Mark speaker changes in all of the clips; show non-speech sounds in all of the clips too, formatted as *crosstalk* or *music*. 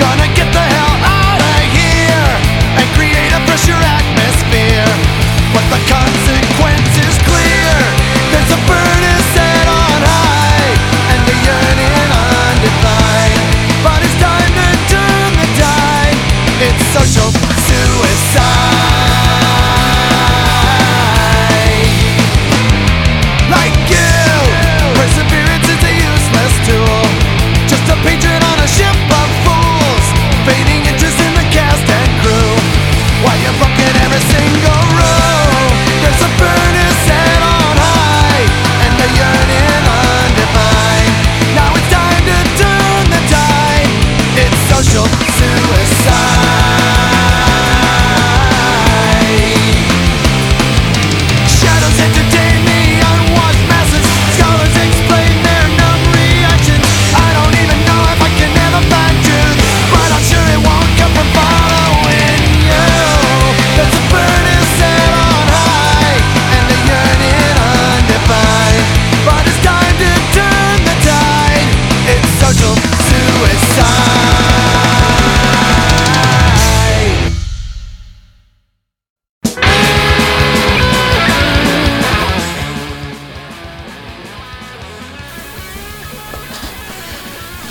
Speaker 1: Gonna get the hell out of here and create a pressure atmosphere. But the consequence is clear. There's a bird is set on high and the yearning undefined. But it's time to turn the tide. It's social suicide. Like you, perseverance is a useless tool. Just a patron on a ship of fools, fading interest in the cast and crew. While you're fucking every single row, there's a furnace set on high, and the yearning undefined. Now it's time to turn the tide. It's social suicide. Shadows entertain me, unwashed masses. Scholars explain their numb reactions. I don't even know if I can ever find truth, but I'm sure it won't come from following you. There's a bird is set on high, and the yearning undefined. But it's time to turn the tide. It's social suicide.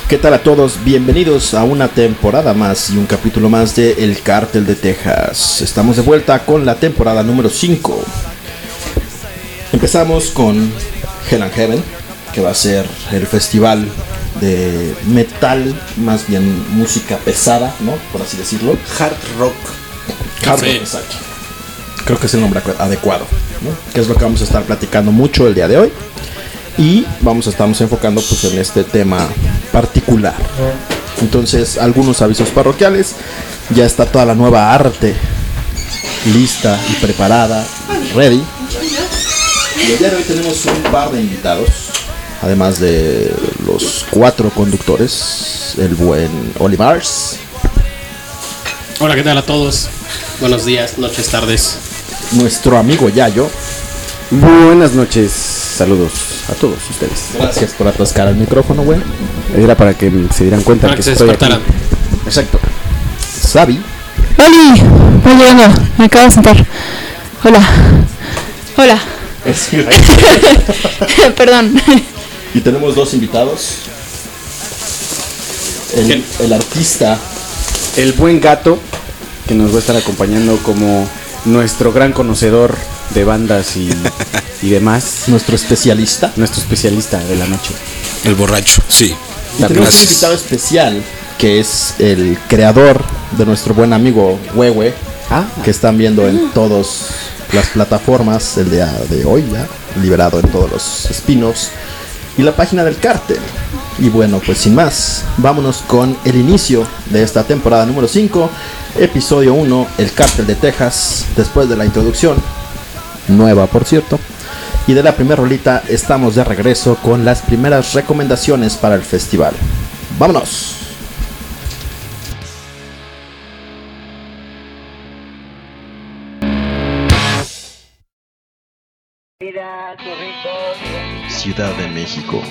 Speaker 2: ¿Qué tal a todos? Bienvenidos a una temporada más y un capítulo más de El Cártel de Texas. Estamos de vuelta con la temporada número 5. Empezamos con Hell and Heaven, que va a ser el festival de metal, más bien música pesada, ¿no? Por así decirlo.
Speaker 3: Hard rock.
Speaker 2: Hard
Speaker 4: Sí.
Speaker 2: rock, exacto. Creo que es el nombre acu- adecuado, ¿no? Que es lo que vamos a estar platicando mucho el día de hoy. Y vamos a estarnos enfocando pues en este tema particular. Entonces, algunos avisos parroquiales. Ya está toda la nueva arte lista y preparada, ready. Y el día de hoy tenemos un par de invitados, además de los cuatro conductores, el buen Olivars,
Speaker 4: Hola, ¿qué tal a todos? Buenos días, noches, tardes.
Speaker 2: nuestro amigo Yayo,
Speaker 3: Buenas noches. Saludos a todos ustedes.
Speaker 2: Gracias por atascar el micrófono, güey.
Speaker 3: Era para que se dieran cuenta
Speaker 4: Para que Ah, se
Speaker 3: estoy aquí.
Speaker 4: despertaran.
Speaker 2: Exacto. Sabi,
Speaker 5: ¡Oli! Voy llegando, me acabo de sentar. Hola. Hola. *laughs* Perdón.
Speaker 2: y tenemos dos invitados. El,
Speaker 4: ¿Quién?
Speaker 2: el artista,
Speaker 3: El buen gato que nos va a estar acompañando como nuestro gran conocedor de bandas y, y demás.
Speaker 2: nuestro especialista.
Speaker 3: Nuestro especialista de la noche.
Speaker 6: El borracho, sí.
Speaker 2: Y tenemos un
Speaker 6: Gracias.
Speaker 2: invitado especial que es el creador de nuestro buen amigo Huehue,
Speaker 3: Ah,
Speaker 2: que están viendo en todas las plataformas el día de hoy, ya liberado en todos los espinos, y la página del cártel. Y bueno, pues sin más, vámonos con el inicio de esta temporada número 5, episodio 1, El cártel de Texas, después de la introducción, nueva por cierto. Y de la primera rolita estamos de regreso con las primeras recomendaciones para el festival. ¡Vámonos!
Speaker 7: Ciudad de México.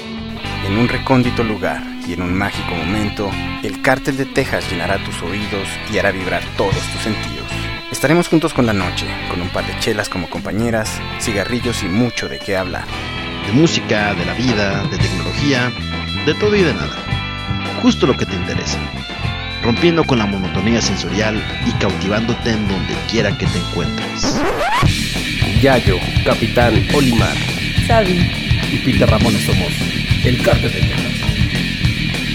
Speaker 8: En un recóndito lugar y en un mágico momento, el cártel de Texas llenará tus oídos y hará vibrar todos tus sentidos. Estaremos juntos con la noche, con un par de chelas como compañeras, cigarrillos y mucho de qué hablar.
Speaker 7: De música, de la vida, de tecnología, de todo y de nada. Justo lo que te interesa. Rompiendo con la monotonía sensorial y cautivándote en donde quiera que te encuentres.
Speaker 9: Yayo, Capitán Olimar
Speaker 5: Sabi.
Speaker 9: y Peter Ramones somos el cártel de Texas.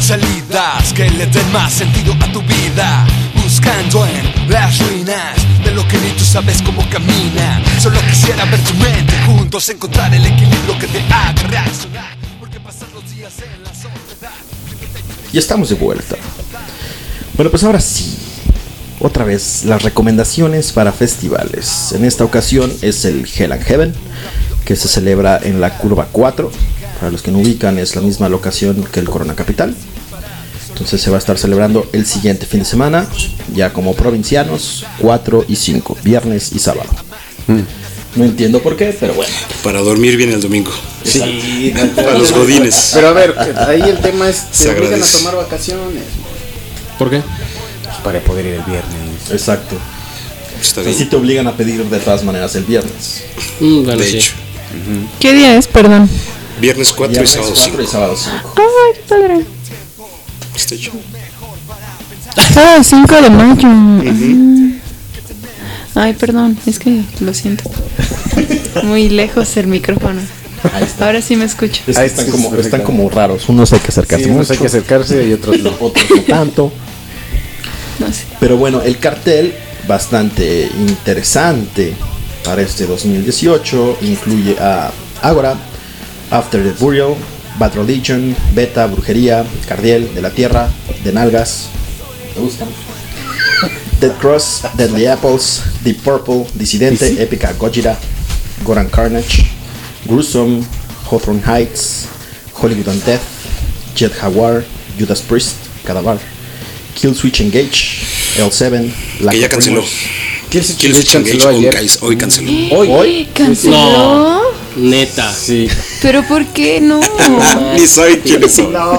Speaker 9: salidas que le den más sentido a tu vida. Buscando en las ruinas de lo que ni tú sabes cómo camina. Solo quisiera ver tu mente juntos, encontrar el equilibrio que te haga reaccionar. Porque pasar los días en la soledad.
Speaker 2: Y estamos de vuelta. Bueno, pues ahora sí. Otra vez, las recomendaciones para festivales. En esta ocasión es el Hell and Heaven, que se celebra en la curva 4. Para los que no ubican, es la misma locación que el Corona Capital. Entonces se va a estar celebrando el siguiente fin de semana, ya como provincianos, 4 y 5, viernes y sábado. No entiendo por qué, pero bueno.
Speaker 6: Para dormir bien el domingo.
Speaker 2: Sí,
Speaker 6: Para los godines.
Speaker 8: Pero a ver, ahí el tema es
Speaker 6: Se
Speaker 8: se obligan a
Speaker 6: agradece.
Speaker 8: tomar vacaciones
Speaker 4: ¿Por qué?
Speaker 8: para poder ir el viernes.
Speaker 2: Exacto.
Speaker 6: Está
Speaker 2: Así
Speaker 6: bien.
Speaker 2: te obligan a pedir de todas maneras el viernes.
Speaker 4: Mm, bueno,
Speaker 6: De
Speaker 4: sí.
Speaker 6: hecho,
Speaker 5: ¿Qué día es? Perdón.
Speaker 6: viernes 4 y
Speaker 2: Viernes
Speaker 6: sábado
Speaker 2: 4 y
Speaker 6: 5.
Speaker 2: sábado 5.
Speaker 5: Ay, qué padre.
Speaker 6: Está hecho.
Speaker 5: Sábado 5 de mayo. Ah. Ay, perdón, es que lo siento. Muy lejos el micrófono.
Speaker 2: Ahí está.
Speaker 5: Ahora sí me escucho.
Speaker 2: Es que
Speaker 8: Ah,
Speaker 2: están,
Speaker 8: sí,
Speaker 2: como,
Speaker 8: sí,
Speaker 2: están
Speaker 8: perfecto.
Speaker 2: como raros. Unos hay que acercarse
Speaker 8: Sí, unos hay
Speaker 2: mucho,
Speaker 8: que acercarse y otros
Speaker 2: *laughs*
Speaker 8: no.
Speaker 2: otros no tanto.
Speaker 5: No sé.
Speaker 2: Pero bueno, el cartel bastante interesante para este 2018 incluye a Agora, After the Burial, Bad Religion, Beta, Brujería, Cardiel, De la Tierra, De Nalgas, ¿te gustan? *laughs* Dead Cross, Deadly Apples, Deep Purple, Disidente, Épica Gojira, Goran Carnage, Gruesome, Hawthorne Heights, Hollywood on Death, Jet Jaguar, Judas Priest, Cadavar, Kill Switch Engage, L7, La
Speaker 6: Que ya canceló. Kill Switch Engage hoy canc- hoy canceló.
Speaker 8: Hoy.
Speaker 5: Ay, ¿Canceló?
Speaker 4: No. Neta.
Speaker 8: Sí.
Speaker 5: ¿Pero por qué no?
Speaker 6: *laughs* Ni saben quiénes son. *laughs*
Speaker 4: No.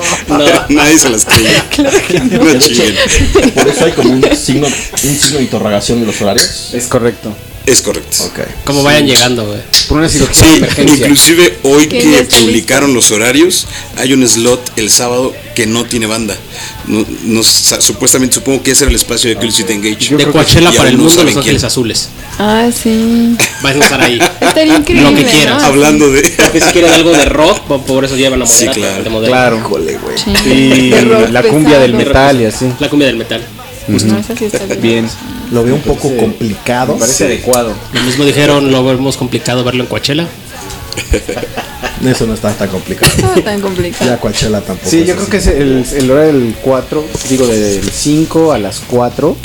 Speaker 6: Nadie se las
Speaker 8: *laughs*
Speaker 6: cree. No chinguen.
Speaker 2: Por eso hay como un signo, un signo de interrogación en los horarios.
Speaker 8: Es correcto.
Speaker 6: Es correcto.
Speaker 2: Ok.
Speaker 4: Como vayan llegando, güey.
Speaker 8: Por una cirugía de
Speaker 6: Sí,
Speaker 8: emergencia.
Speaker 6: inclusive hoy
Speaker 5: ¿Qué
Speaker 6: que
Speaker 5: ya está
Speaker 6: publicaron los horarios, hay un slot el sábado que no tiene banda. No, no sa- supuestamente supongo que ese era el espacio de Kill Switch Engage.
Speaker 4: De
Speaker 6: creo que
Speaker 4: Coachella
Speaker 6: sí,
Speaker 4: para el
Speaker 6: aún no
Speaker 4: mundo,
Speaker 6: saben
Speaker 4: Los Ángeles
Speaker 6: quién.
Speaker 4: Azules.
Speaker 5: Ah, sí.
Speaker 4: Vas a estar ahí.
Speaker 5: Estaría increíble.
Speaker 4: Lo que quieras.
Speaker 5: ¿no?
Speaker 6: Hablando de
Speaker 4: Porque si quieren algo de rock, po- por eso llevan a
Speaker 6: Sí,
Speaker 4: Moderato.
Speaker 6: claro.
Speaker 4: de Moderato.
Speaker 8: Claro.
Speaker 5: Sí.
Speaker 8: Y
Speaker 5: Rock
Speaker 8: la cumbia
Speaker 5: pesado.
Speaker 8: del metal y así.
Speaker 4: La cumbia del metal.
Speaker 5: No, esa sí está bien.
Speaker 8: Bien.
Speaker 2: Lo veo un poco
Speaker 8: Entonces,
Speaker 2: complicado.
Speaker 8: Me parece adecuado.
Speaker 4: Lo mismo dijeron, lo vemos complicado verlo en Coachella.
Speaker 2: Eso no está tan complicado.
Speaker 5: No estaba tan complicado.
Speaker 2: Ya Coachella tampoco.
Speaker 8: Sí,
Speaker 2: es
Speaker 8: yo
Speaker 2: así.
Speaker 8: creo que es el, el horario del 4, digo del 5 a las 4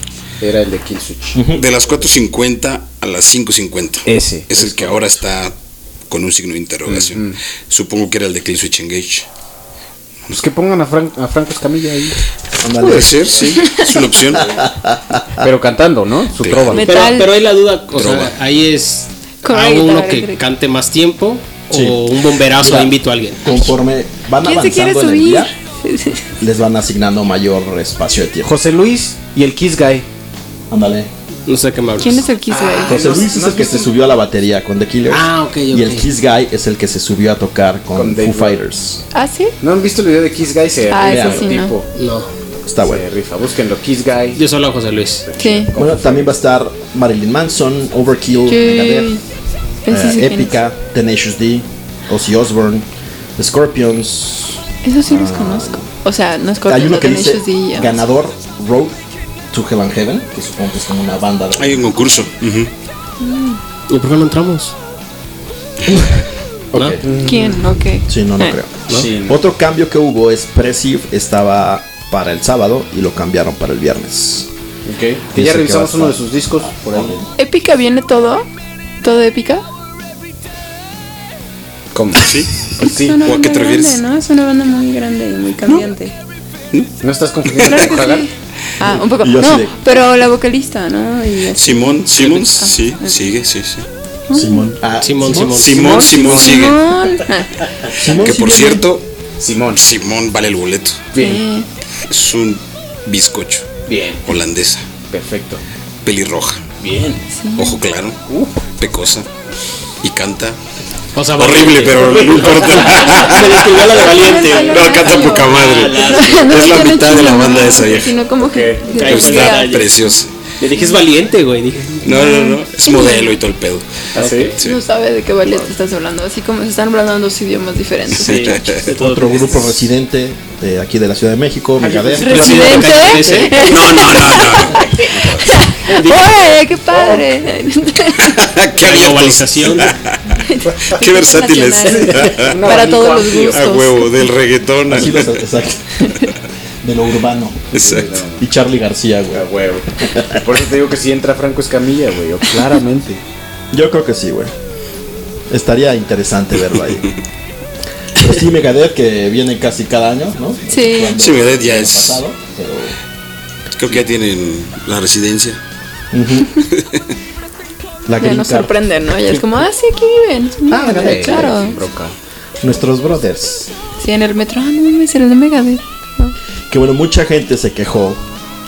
Speaker 8: era el de Kill Switch.
Speaker 6: *laughs* de las 4.50 a las 5.50.
Speaker 8: Ese.
Speaker 6: Es el que ahora está con un signo de interrogación. Supongo que era el de Kill Switch Engage.
Speaker 8: Pues que pongan a, Fran- a Franco Escamilla ahí.
Speaker 2: Ándale.
Speaker 6: Puede ser, sí. Es una opción.
Speaker 8: Pero cantando, ¿no? Su
Speaker 6: Claro.
Speaker 8: trova.
Speaker 5: Me-
Speaker 4: Pero,
Speaker 5: Metal.
Speaker 4: pero ahí la duda, o
Speaker 6: Trova.
Speaker 4: sea, ahí es a
Speaker 5: Correcto,
Speaker 4: uno que
Speaker 5: correcto.
Speaker 4: cante más tiempo
Speaker 2: Sí.
Speaker 4: o un bomberazo,
Speaker 2: Mira.
Speaker 4: ahí invito a alguien.
Speaker 2: Conforme van
Speaker 5: ¿Quién se quiere
Speaker 2: avanzando en el
Speaker 5: subir?
Speaker 2: día, les van asignando mayor espacio de tiempo.
Speaker 8: José Luis y el Kiss Guy.
Speaker 2: Ándale.
Speaker 4: No sé qué me hablas.
Speaker 5: ¿Quién es el Kiss Guy?
Speaker 2: José Luis es el que se subió a la batería con The Killers.
Speaker 4: Ah, ok, ok.
Speaker 2: Y el Kiss Guy es el que se subió a tocar con,
Speaker 8: Con
Speaker 2: Foo
Speaker 8: Dave
Speaker 2: Fighters.
Speaker 5: ¿Ah, sí?
Speaker 8: ¿No han visto el video de Kiss Guy? Se
Speaker 5: Ah,
Speaker 8: rifa
Speaker 2: ese
Speaker 5: sí,
Speaker 8: el
Speaker 5: ¿no?
Speaker 8: tipo.
Speaker 4: No,
Speaker 2: Está
Speaker 8: Se
Speaker 2: bueno.
Speaker 8: rifa, búsquenlo, Kiss Guy.
Speaker 4: yo solo a José Luis.
Speaker 5: Sí.
Speaker 2: Bueno, también va a estar Marilyn Manson, Overkill,
Speaker 5: Yay.
Speaker 2: Megadeth,
Speaker 5: Ese sí
Speaker 2: eh,
Speaker 5: quién es.
Speaker 2: Epica, Tenacious D, Ozzy Osbourne, Scorpions,
Speaker 5: Eso sí los conozco. O sea, no es corto,
Speaker 2: Hay uno
Speaker 5: no
Speaker 2: que
Speaker 5: tan
Speaker 2: dice
Speaker 5: hechos y ya.
Speaker 2: ganador Road to Hell and Heaven, que supongo que es como una banda. de-
Speaker 6: Hay un concurso. ujú.
Speaker 4: ¿Y por qué no entramos? ¿No?
Speaker 5: ¿Quién? Ok.
Speaker 2: Mm. Sí, no, no
Speaker 5: Eh.
Speaker 2: creo.
Speaker 8: Sí.
Speaker 2: Otro cambio que hubo es Presive estaba para el sábado y lo cambiaron para el viernes.
Speaker 8: Ok. Que
Speaker 2: Dice
Speaker 8: ya
Speaker 2: que va a
Speaker 8: revisamos
Speaker 2: estar.
Speaker 8: uno de sus discos por ahí.
Speaker 5: ¿Épica viene todo? ¿Todo épica?
Speaker 8: ¿Cómo?
Speaker 6: ¿Sí?
Speaker 8: Sí.
Speaker 5: es una
Speaker 6: ¿o a
Speaker 5: banda
Speaker 6: qué te refieres?
Speaker 5: grande, ¿no? Es una banda muy grande y muy cambiante.
Speaker 8: ¿No estás confundiendo
Speaker 5: Claro
Speaker 8: con
Speaker 5: que
Speaker 8: Hagar?
Speaker 5: sí. Ah, un poco.
Speaker 2: Y yo así
Speaker 5: No,
Speaker 2: de-
Speaker 5: pero la vocalista, ¿no? Y así.
Speaker 6: Simón, Simón,
Speaker 5: Ah,
Speaker 6: sí,
Speaker 5: ah.
Speaker 6: sigue, sí, sí.
Speaker 2: Simón. Ah,
Speaker 4: Simón, Simón.
Speaker 6: Simón, Simón sigue.
Speaker 2: *laughs*
Speaker 5: Simón. Ah,
Speaker 2: Simón
Speaker 6: Que
Speaker 2: sí
Speaker 6: por
Speaker 2: viene.
Speaker 6: cierto,
Speaker 8: Simón.
Speaker 6: Simón vale el boleto.
Speaker 8: Bien,
Speaker 5: sí.
Speaker 6: Es un bizcocho
Speaker 8: bien,
Speaker 6: holandesa,
Speaker 8: perfecto.
Speaker 6: pelirroja,
Speaker 8: Bien.
Speaker 6: ojo claro, pecosa y canta.
Speaker 4: O sea,
Speaker 6: Horrible, pero no importa.
Speaker 4: Se descubrió la de Valiente.
Speaker 6: No alcanza poca madre.
Speaker 5: No,
Speaker 6: Es la
Speaker 5: yo no
Speaker 6: mitad de la
Speaker 5: chino,
Speaker 6: banda
Speaker 5: no,
Speaker 6: de esa vieja.
Speaker 5: Sino como que.
Speaker 6: Pero
Speaker 4: Ay,
Speaker 6: está
Speaker 4: mira.
Speaker 6: preciosa.
Speaker 4: Le dije, es valiente, güey. Dije,
Speaker 6: No, no, no, es modelo y todo el pedo.
Speaker 8: ¿Así?
Speaker 6: Sí.
Speaker 10: No sabe de qué ballet estás hablando, así como se están hablando dos idiomas diferentes.
Speaker 6: *laughs* Sí.
Speaker 4: de todo
Speaker 2: Otro
Speaker 4: lo que
Speaker 2: grupo
Speaker 4: dices.
Speaker 2: residente de aquí de la Ciudad de México,
Speaker 8: Ah,
Speaker 2: Megadeth.
Speaker 10: ¿Residente?
Speaker 6: No, no, no, no.
Speaker 10: ¡Oye, qué padre!
Speaker 6: Qué
Speaker 4: La
Speaker 6: abiertos. *laughs*
Speaker 4: globalización.
Speaker 6: Qué versátiles.
Speaker 10: Internacional. Para todos los
Speaker 6: A
Speaker 10: gustos.
Speaker 6: huevo, del reggaetón.
Speaker 2: Así los- exacto. *laughs* De lo urbano.
Speaker 6: Exacto.
Speaker 2: Y Charlie García, güey.
Speaker 8: A huevo. Por eso te digo que si entra Franco Escamilla, güey, o claramente.
Speaker 2: Yo creo que sí, güey. Estaría interesante verlo ahí. Pero sí, Megadeth que viene casi cada año, ¿no?
Speaker 10: Sí.
Speaker 6: Sí, Megadeth ya
Speaker 2: año
Speaker 6: es-
Speaker 2: pasado, pero-
Speaker 6: Creo que ya tienen la residencia.
Speaker 2: la
Speaker 10: Ya
Speaker 2: green
Speaker 10: nos
Speaker 2: card.
Speaker 10: sorprende, ¿no? Ya es como, ah, sí, aquí viven.
Speaker 2: Ah, ándale.
Speaker 10: claro.
Speaker 8: Broca.
Speaker 2: Nuestros brothers.
Speaker 10: Sí, en el metro, ah, no mames, en el de Megadeth. ¿no?
Speaker 2: Que bueno, mucha gente se quejó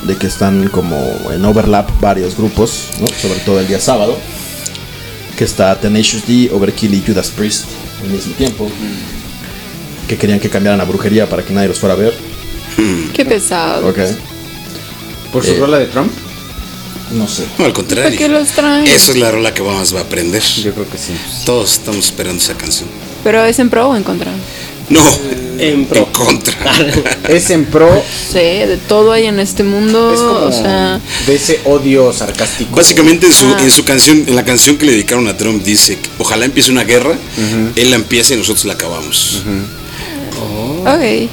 Speaker 2: de que están como en overlap varios grupos, ¿no? Sobre todo el día sábado. Que está Tenacious D, Overkill y Judas Priest al mismo tiempo. Que querían que cambiaran a brujería para que nadie los fuera a ver.
Speaker 10: Qué pesado.
Speaker 2: Ok.
Speaker 8: ¿Por su
Speaker 2: Eh.
Speaker 8: rola de Trump?
Speaker 2: No sé.
Speaker 6: No, al
Speaker 10: ¿Por qué
Speaker 6: contrario.
Speaker 10: los traen?
Speaker 6: Esa es la rola que vamos a aprender.
Speaker 8: Yo creo que sí.
Speaker 6: Todos estamos esperando esa canción.
Speaker 10: ¿Pero es en pro o en contra?
Speaker 6: No,
Speaker 4: En
Speaker 6: en
Speaker 4: pro.
Speaker 6: contra.
Speaker 8: Es en pro
Speaker 10: Sí, de todo hay en este mundo.
Speaker 8: es como
Speaker 10: O sea,
Speaker 8: de ese odio sarcástico.
Speaker 6: Básicamente en su, en su canción, en la canción que le dedicaron a Trump dice, que ojalá empiece una guerra, él la empieza y nosotros la acabamos.
Speaker 10: ok.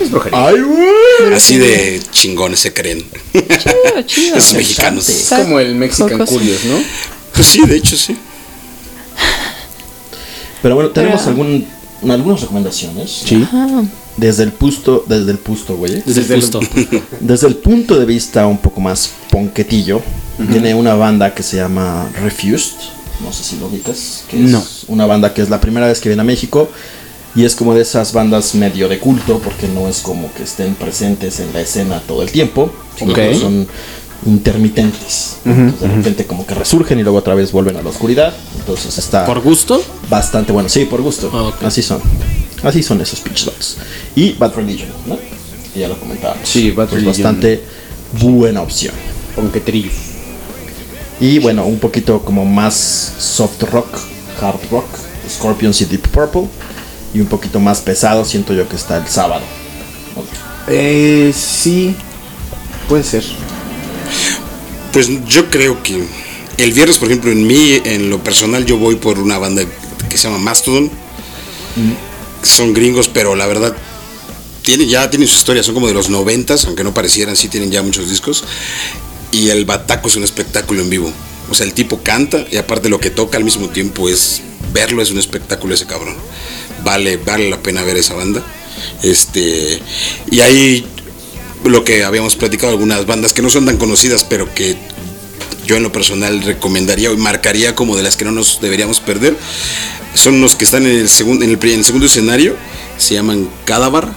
Speaker 8: es brujería.
Speaker 2: ¡Ay, güey!
Speaker 6: Así de chingones se creen.
Speaker 10: Chido, chido.
Speaker 6: Esos mexicanos.
Speaker 8: Es como el Mexican
Speaker 10: Cocos.
Speaker 8: Curious, ¿no?
Speaker 6: Pues sí, de hecho sí.
Speaker 2: Pero bueno, tenemos
Speaker 10: Pero-
Speaker 2: algún, algunas recomendaciones.
Speaker 8: Sí.
Speaker 10: Ah,
Speaker 2: Desde el pusto, desde el pusto, güey.
Speaker 4: Desde el gusto.
Speaker 2: Desde el punto de vista un poco más ponquetillo, tiene una banda que se llama Refused. No sé si lo ubicas. Que
Speaker 8: No.
Speaker 2: Es una banda que es la primera vez que viene a México. Y es como de esas bandas medio de culto, porque no es como que estén presentes en la escena todo el tiempo. sino
Speaker 8: Ok.
Speaker 2: que son intermitentes. Entonces, de repente como que resurgen y luego otra vez vuelven a la oscuridad. Entonces está
Speaker 4: Por gusto.
Speaker 2: bastante bueno. Sí, por gusto.
Speaker 4: Ah, ok.
Speaker 2: Así son. Así son esos pitch dogs. Y Bad Religion, ¿no? Que ya lo comentábamos.
Speaker 8: Sí, Bad
Speaker 2: Pues
Speaker 8: Religion.
Speaker 2: Bastante buena opción.
Speaker 8: Aunque trillo.
Speaker 2: Y bueno, un poquito como más soft rock, hard rock, Scorpions y Deep Purple. Y un poquito más pesado, siento yo que está el sábado.
Speaker 8: Eh, sí. Puede ser.
Speaker 6: Pues yo creo que el viernes, por ejemplo, en mí, en lo personal, yo voy por una banda que se llama Mastodon. Son gringos, pero la verdad, tiene, ya tienen su historia, son como de los noventas, aunque no parecieran, sí tienen ya muchos discos. Y el Bataco es un espectáculo en vivo. O sea, el tipo canta y aparte lo que toca al mismo tiempo es verlo, es un espectáculo ese cabrón. Vale, vale la pena ver esa banda. Este, y ahí lo que habíamos platicado, algunas bandas que no son tan conocidas, pero que yo en lo personal recomendaría y marcaría como de las que no nos deberíamos perder, son los que están en el segundo, en el, pri- en el segundo escenario, se llaman Cadavar,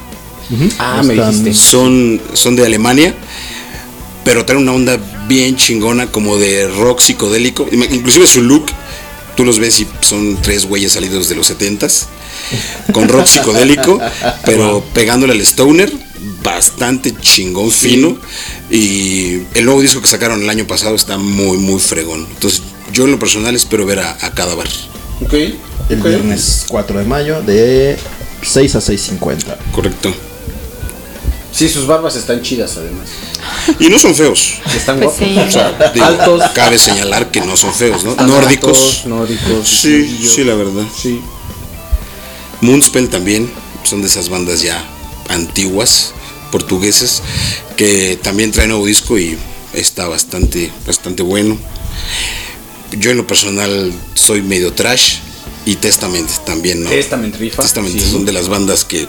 Speaker 8: Ah, me
Speaker 2: Están-
Speaker 8: dijiste.
Speaker 6: Eh, son, son de Alemania, pero traen una onda bien chingona como de rock psicodélico, Ima- inclusive su look, tú los ves y son tres güeyes salidos de los 70s, con
Speaker 8: *laughs*
Speaker 6: rock psicodélico, pero pegándole al stoner, bastante chingón fino, y el nuevo disco que sacaron el año pasado está muy, muy fregón. Entonces, yo en lo personal espero ver a, a Cadavar.
Speaker 8: Ok.
Speaker 2: El viernes 4 de mayo de 6 a 6.50.
Speaker 6: Correcto.
Speaker 8: Sí, sus barbas están chidas además.
Speaker 6: Y no son feos.
Speaker 8: Están
Speaker 10: Pues
Speaker 8: guapos.
Speaker 10: sí.
Speaker 6: O sea, digo,
Speaker 8: Altos.
Speaker 6: cabe señalar que no son feos, ¿no?
Speaker 8: Están
Speaker 6: Nórdicos.
Speaker 8: altos, nórdicos.
Speaker 6: Pues Sí, sí, la verdad.
Speaker 8: Sí.
Speaker 6: Moonspell también, son de esas bandas ya antiguas, portugueses, que también traen nuevo disco y está bastante, bastante bueno. Yo en lo personal soy medio trash y Testament también, ¿no?
Speaker 8: Testament rifa.
Speaker 6: Testament
Speaker 8: Sí.
Speaker 6: son de las bandas que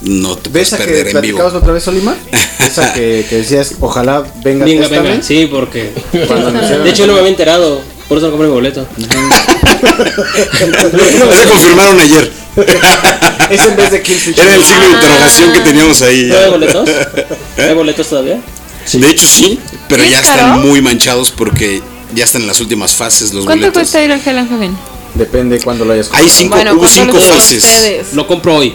Speaker 6: no te
Speaker 8: ¿De
Speaker 6: puedes
Speaker 8: esa que
Speaker 6: perder en vivo. *laughs*
Speaker 8: platicabas la otra vez, Solima? Esa que, que decías, ojalá venga
Speaker 4: Venga,
Speaker 8: Testament.
Speaker 4: venga.
Speaker 8: *laughs*
Speaker 4: Sí, *laughs* porque.
Speaker 8: Cuando anunciaron-
Speaker 4: De hecho, no me había enterado. Por eso no compré mi boleto.
Speaker 6: Se confirmaron ayer.
Speaker 8: Es en vez de Kill Switch.
Speaker 6: Era el signo
Speaker 10: Ah.
Speaker 6: de interrogación que teníamos ahí.
Speaker 4: ¿No hay
Speaker 6: *laughs*
Speaker 4: boletos? ¿Hay boletos todavía?
Speaker 6: De hecho sí, pero
Speaker 10: ¿Sí es
Speaker 6: ya están
Speaker 10: caro?
Speaker 6: muy manchados porque ya están en las últimas fases los
Speaker 10: ¿Cuánto
Speaker 6: boletos.
Speaker 10: cuesta ir al Helen Hagen?
Speaker 8: Depende cuándo lo hayas
Speaker 6: Hay cinco,
Speaker 10: Bueno, pues,
Speaker 6: hubo
Speaker 10: ¿cuánto
Speaker 6: cinco
Speaker 10: les cuesta a
Speaker 6: fases.
Speaker 10: ustedes?
Speaker 4: Lo compro hoy.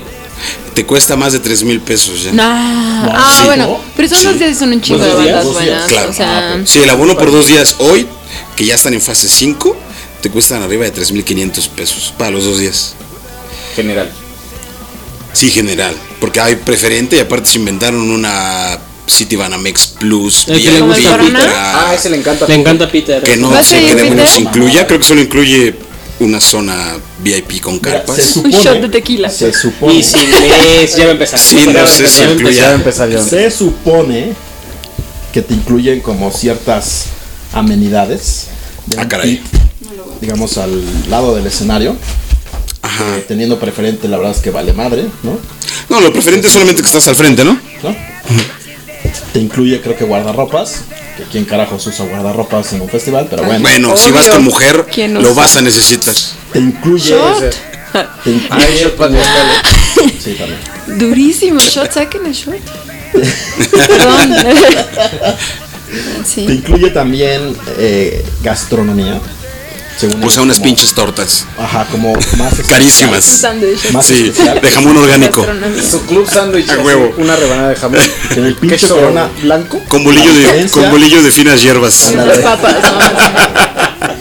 Speaker 6: te cuesta más de 3 mil pesos ya.
Speaker 10: No. ah,
Speaker 6: sí,
Speaker 10: bueno.
Speaker 6: ¿no?
Speaker 10: Pero esos dos días son un chingo de
Speaker 6: Dos días,
Speaker 10: bandas
Speaker 6: dos días.
Speaker 10: buenas.
Speaker 6: Claro. Ah,
Speaker 10: O sea,
Speaker 6: Sí, el abono por dos días hoy, que ya están en fase 5, te cuestan arriba de 3.500 pesos para los dos días.
Speaker 8: General.
Speaker 6: Sí, general. Porque hay preferente y aparte se inventaron una City Banamex Plus,
Speaker 4: ¿El que le
Speaker 6: VIP,
Speaker 4: gusta a Peter?
Speaker 6: para-
Speaker 8: Ah, ese le encanta.
Speaker 4: Le encanta Peter.
Speaker 6: que no
Speaker 10: ¿Va a
Speaker 6: sé
Speaker 10: seguir
Speaker 6: qué demonios
Speaker 10: Peter?
Speaker 6: incluya. Creo que solo incluye una zona VIP con carpas.
Speaker 2: se
Speaker 10: un shot de
Speaker 2: supone,
Speaker 10: tequila.
Speaker 2: se supone,
Speaker 4: Y sin mes, ya va a empezar.
Speaker 6: Sí, no sé si incluye.
Speaker 8: Ya va a empezar yo.
Speaker 2: se supone que te incluyen como ciertas amenidades. de
Speaker 6: Ah,
Speaker 2: un
Speaker 6: caray.
Speaker 2: pit, digamos al lado del escenario,
Speaker 6: Ajá.
Speaker 2: eh, teniendo preferente, la verdad es que vale madre, ¿no?
Speaker 6: No, lo preferente es solamente que estás al frente, ¿no?
Speaker 2: ¿no? Te incluye, creo que guardarropas. Que quién carajos usa guardarropas en un festival, pero bueno.
Speaker 6: Bueno, si
Speaker 10: Obvio.
Speaker 6: vas con mujer,
Speaker 10: ¿Quién no
Speaker 6: lo
Speaker 10: sabe?
Speaker 6: vas a necesitar.
Speaker 2: Te incluye.
Speaker 10: ¿Shot?
Speaker 2: Te
Speaker 8: Ah,
Speaker 2: incluye.
Speaker 8: el shot para mezcal, ¿eh?
Speaker 2: sí, también.
Speaker 10: Durísimo shot, saquen el shot. Perdón.
Speaker 2: Te
Speaker 10: sí.
Speaker 2: incluye también eh, gastronomía. Según
Speaker 6: O sea,
Speaker 2: ellos,
Speaker 6: unas
Speaker 2: como-
Speaker 6: pinches tortas.
Speaker 2: Ajá, como más. especial.
Speaker 10: Un
Speaker 6: *laughs* Carísimas.
Speaker 10: sándwich.
Speaker 2: Más
Speaker 6: Sí,
Speaker 2: especial.
Speaker 6: de jamón orgánico.
Speaker 10: Gastronomía.
Speaker 8: Su club sándwich.
Speaker 6: A
Speaker 8: así,
Speaker 6: huevo.
Speaker 8: Una rebanada de
Speaker 6: *laughs*
Speaker 8: jamón.
Speaker 2: En el pinche
Speaker 8: Queso
Speaker 2: Corona
Speaker 8: blanco.
Speaker 6: Con bolillo,
Speaker 2: La
Speaker 6: de,
Speaker 2: diferencia-
Speaker 6: con bolillo de finas hierbas.
Speaker 10: Las papas, ¿no?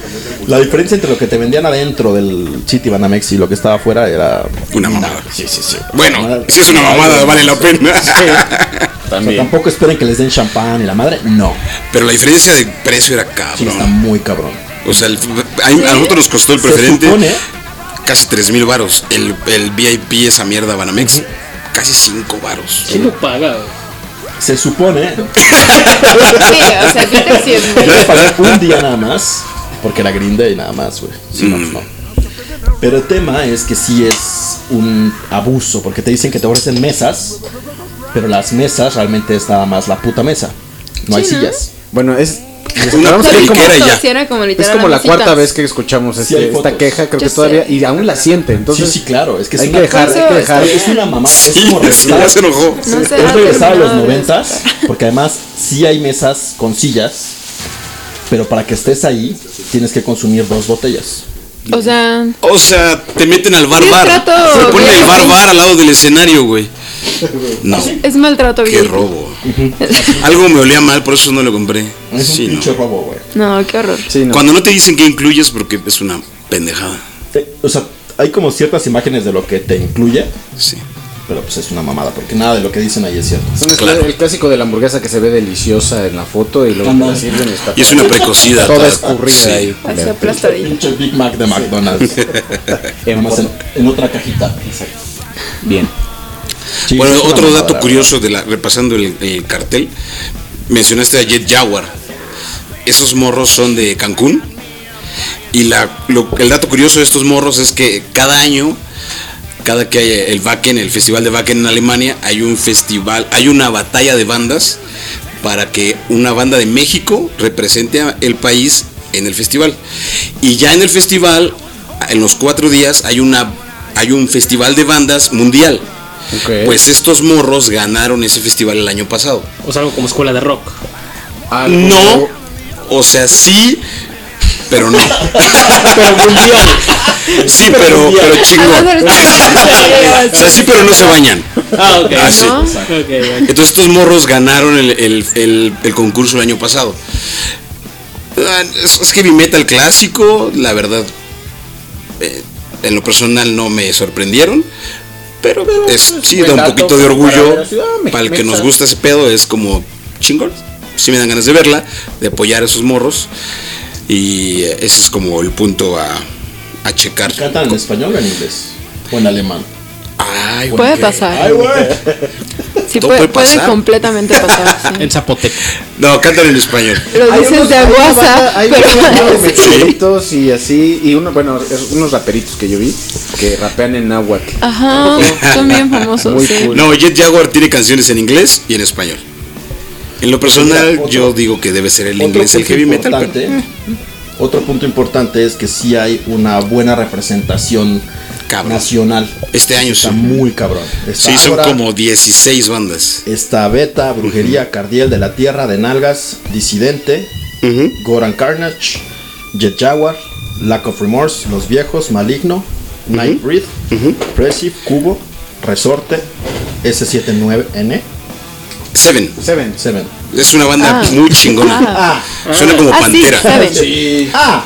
Speaker 2: *laughs* La diferencia entre lo que te vendían adentro del City Banamex y lo que estaba afuera era.
Speaker 6: Una mamada.
Speaker 2: No, sí, sí, sí.
Speaker 6: Bueno,
Speaker 2: Mamada.
Speaker 6: si es una mamada, vale la pena.
Speaker 2: O sea, tampoco esperen que les den champán y la madre. No.
Speaker 6: Pero la diferencia de precio era
Speaker 2: Sí, está
Speaker 6: cabrón.
Speaker 2: muy cabrón.
Speaker 6: O sea, el- a, a nosotros nos costó el
Speaker 2: Se
Speaker 6: preferente
Speaker 2: supone ¿eh?
Speaker 6: casi 3 mil varos. El, el VIP, esa mierda Banamex, casi 5 varos.
Speaker 4: ¿Quién lo paga?
Speaker 2: Se supone,
Speaker 10: Sí, o sea, ¿qué te
Speaker 2: yo le
Speaker 10: sirve?
Speaker 2: pagué un día nada más, porque era Green Day nada más, güey. Si no,
Speaker 6: Mm.
Speaker 2: no. Pero el tema es que sí es un abuso, porque te dicen que te ofrecen mesas, pero las mesas realmente es nada más la puta mesa. No hay
Speaker 10: Sí, ¿no?
Speaker 2: sillas.
Speaker 8: Bueno, es.
Speaker 6: Una
Speaker 8: Esperamos que como-
Speaker 6: periquera y
Speaker 10: Justo,
Speaker 6: ya.
Speaker 10: sí era como
Speaker 8: Es
Speaker 10: literal
Speaker 8: como la
Speaker 10: mesita.
Speaker 8: cuarta vez que escuchamos
Speaker 2: Sí, hay
Speaker 8: este- esta
Speaker 2: fotos.
Speaker 8: queja, creo
Speaker 10: Yo
Speaker 8: que todavía,
Speaker 10: sé.
Speaker 8: y aún la siente, entonces
Speaker 2: sí, sí, claro. Es que es
Speaker 8: hay
Speaker 2: una
Speaker 8: que dejar, hay que
Speaker 10: Eso
Speaker 8: dejar.
Speaker 2: Es una mamada. es
Speaker 6: *laughs* Sí,
Speaker 2: como
Speaker 6: sí,
Speaker 2: regresar,
Speaker 6: ya se enojó.
Speaker 10: No
Speaker 2: es
Speaker 10: se ha
Speaker 2: regresar a
Speaker 10: terminado
Speaker 2: los
Speaker 10: de
Speaker 2: noventas, porque además sí hay mesas con sillas, pero para que estés ahí tienes que consumir dos botellas.
Speaker 10: O sea,
Speaker 6: O sea, te meten al bar
Speaker 10: Sí, es
Speaker 6: bar.
Speaker 10: trato
Speaker 6: Te ponen el
Speaker 10: bien,
Speaker 6: bar
Speaker 10: sí.
Speaker 6: bar al lado del
Speaker 2: *laughs*
Speaker 6: escenario, güey. No,
Speaker 10: es maltrato
Speaker 6: qué
Speaker 10: gay.
Speaker 6: robo. Algo me olía mal, por eso no lo compré.
Speaker 2: Es
Speaker 6: Sí,
Speaker 2: un
Speaker 6: no.
Speaker 2: pinche robo, güey.
Speaker 10: No, qué horror.
Speaker 8: Sí, no.
Speaker 6: Cuando no te dicen qué incluyes, porque es una pendejada.
Speaker 2: Te- O sea, hay como ciertas imágenes de lo que te incluye,
Speaker 6: Sí.
Speaker 2: pero pues es una mamada, porque nada de lo que dicen ahí es cierto.
Speaker 8: Son el-
Speaker 6: claro.
Speaker 8: el clásico de la hamburguesa que se ve deliciosa en la foto y luego te la sirven y está
Speaker 6: Y es una precocida.
Speaker 8: toda
Speaker 6: tal-
Speaker 8: escurrida
Speaker 6: sí.
Speaker 8: ahí.
Speaker 10: Así
Speaker 8: culera.
Speaker 10: aplastadilla.
Speaker 2: Pinche Big Mac de McDonald's. *laughs* Nada más en, en otra cajita.
Speaker 8: Bien.
Speaker 2: Sí,
Speaker 6: Bueno,
Speaker 2: es una
Speaker 6: otro
Speaker 2: mamada,
Speaker 6: dato
Speaker 2: la
Speaker 6: curioso de la, repasando el, el cartel, mencionaste a Jet Jaguar. Esos morros son de Cancún. Y la, lo- el dato curioso de estos morros es que cada año, cada que hay el Wacken, el festival de Wacken en Alemania, hay un festival, hay una batalla de bandas para que una banda de México represente a el país en el festival. Y ya en el festival, en los cuatro días, hay una hay un festival de bandas mundial.
Speaker 8: Ok.
Speaker 6: Pues estos morros ganaron ese festival el año pasado.
Speaker 4: O sea, algo como escuela de rock.
Speaker 8: Ah,
Speaker 6: No, o sea, sí, pero no.
Speaker 8: pero mundial.
Speaker 6: Sí, pero, pero
Speaker 10: Ah,
Speaker 6: chingón. O sea, sí, pero no se bañan.
Speaker 4: Ah, ok.
Speaker 6: Ah, sí.
Speaker 10: ¿No?
Speaker 4: Ok, ok.
Speaker 6: Entonces estos morros ganaron el, el- el- el concurso el año pasado. Ah, Es, es heavy metal clásico, la verdad. eh, en lo personal no me sorprendieron. Pero pues, es, sí, da un poquito de orgullo. Para el que nos gusta ese pedo es como chingón. Sí me dan ganas de verla, de apoyar a esos morros. Y eh, ese es como el punto a, a checar.
Speaker 2: verdad. ¿Cantan en español o en inglés? O en alemán.
Speaker 6: Ay, güey.
Speaker 10: Puede pasar.
Speaker 8: Ah,
Speaker 10: Sí,
Speaker 6: Todo
Speaker 10: puede,
Speaker 6: puede
Speaker 10: puede
Speaker 6: pasar.
Speaker 10: completamente
Speaker 8: *laughs*
Speaker 10: pasar. sí.
Speaker 4: En Zapoteco.
Speaker 6: No, cantan en español.
Speaker 10: Lo
Speaker 8: Hay
Speaker 10: dices
Speaker 8: unos-
Speaker 10: de
Speaker 8: hay una
Speaker 10: aguasa,
Speaker 8: banda- hay
Speaker 10: pero *laughs*
Speaker 8: una banda de
Speaker 10: sí.
Speaker 8: mexicanitos y así, y uno, bueno, es- unos raperitos que yo vi que rapean en náhuatl.
Speaker 10: Ajá, son bien famosos,
Speaker 8: Muy
Speaker 10: sí.
Speaker 8: cool.
Speaker 6: No, Jet Jaguar tiene canciones en inglés y en español. En lo personal,
Speaker 2: Otro-
Speaker 6: yo digo que debe ser el
Speaker 2: Otro
Speaker 6: inglés el
Speaker 2: punto
Speaker 6: heavy metal. pero-
Speaker 2: importante- Otro punto importante es que sí hay una buena representación
Speaker 6: Cabrón.
Speaker 2: nacional.
Speaker 6: Este año
Speaker 2: Está
Speaker 6: sí.
Speaker 2: muy cabrón. Está
Speaker 6: Sí, son
Speaker 2: Ágora,
Speaker 6: como 16 bandas.
Speaker 2: Está Beta, Brujería, Cardiel de la Tierra, de Nalgas, Disidente,
Speaker 6: Ujú.
Speaker 2: Goran Carnage, Jet Jaguar, Lack of Remorse, Los Viejos, Maligno, Nightbreed, Pressive, Cubo, Resorte S79N.
Speaker 6: Seven.
Speaker 2: Seven. Seven.
Speaker 6: Es una banda
Speaker 2: Ah.
Speaker 6: muy chingona.
Speaker 2: Ah.
Speaker 6: Suena como
Speaker 2: Ah, sí,
Speaker 6: Pantera.
Speaker 2: Seven.
Speaker 6: Sí.
Speaker 2: Ah,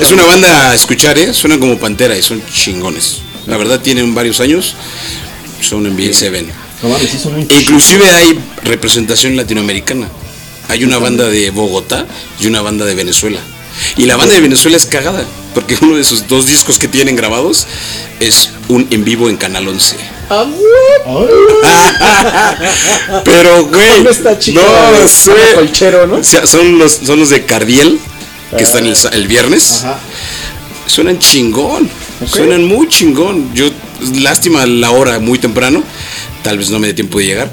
Speaker 6: Es una banda a escuchar, ¿eh? Suena como Pantera y son chingones. La verdad tienen varios años. Son en bien Seven.
Speaker 2: no mames, sí son un
Speaker 6: E Inclusive hay representación latinoamericana. Hay una banda de Bogotá y una banda de Venezuela. Y la banda de Venezuela es cagada, porque uno de sus dos discos que tienen grabados es un en vivo en Canal 11. *laughs* Pero, güey, no, sé. O sea, son, los, son los de Cardiel, que están el, sa- el viernes. Suenan chingón, suenan muy chingón. Yo, lástima la hora muy temprano, tal vez no me dé tiempo de llegar.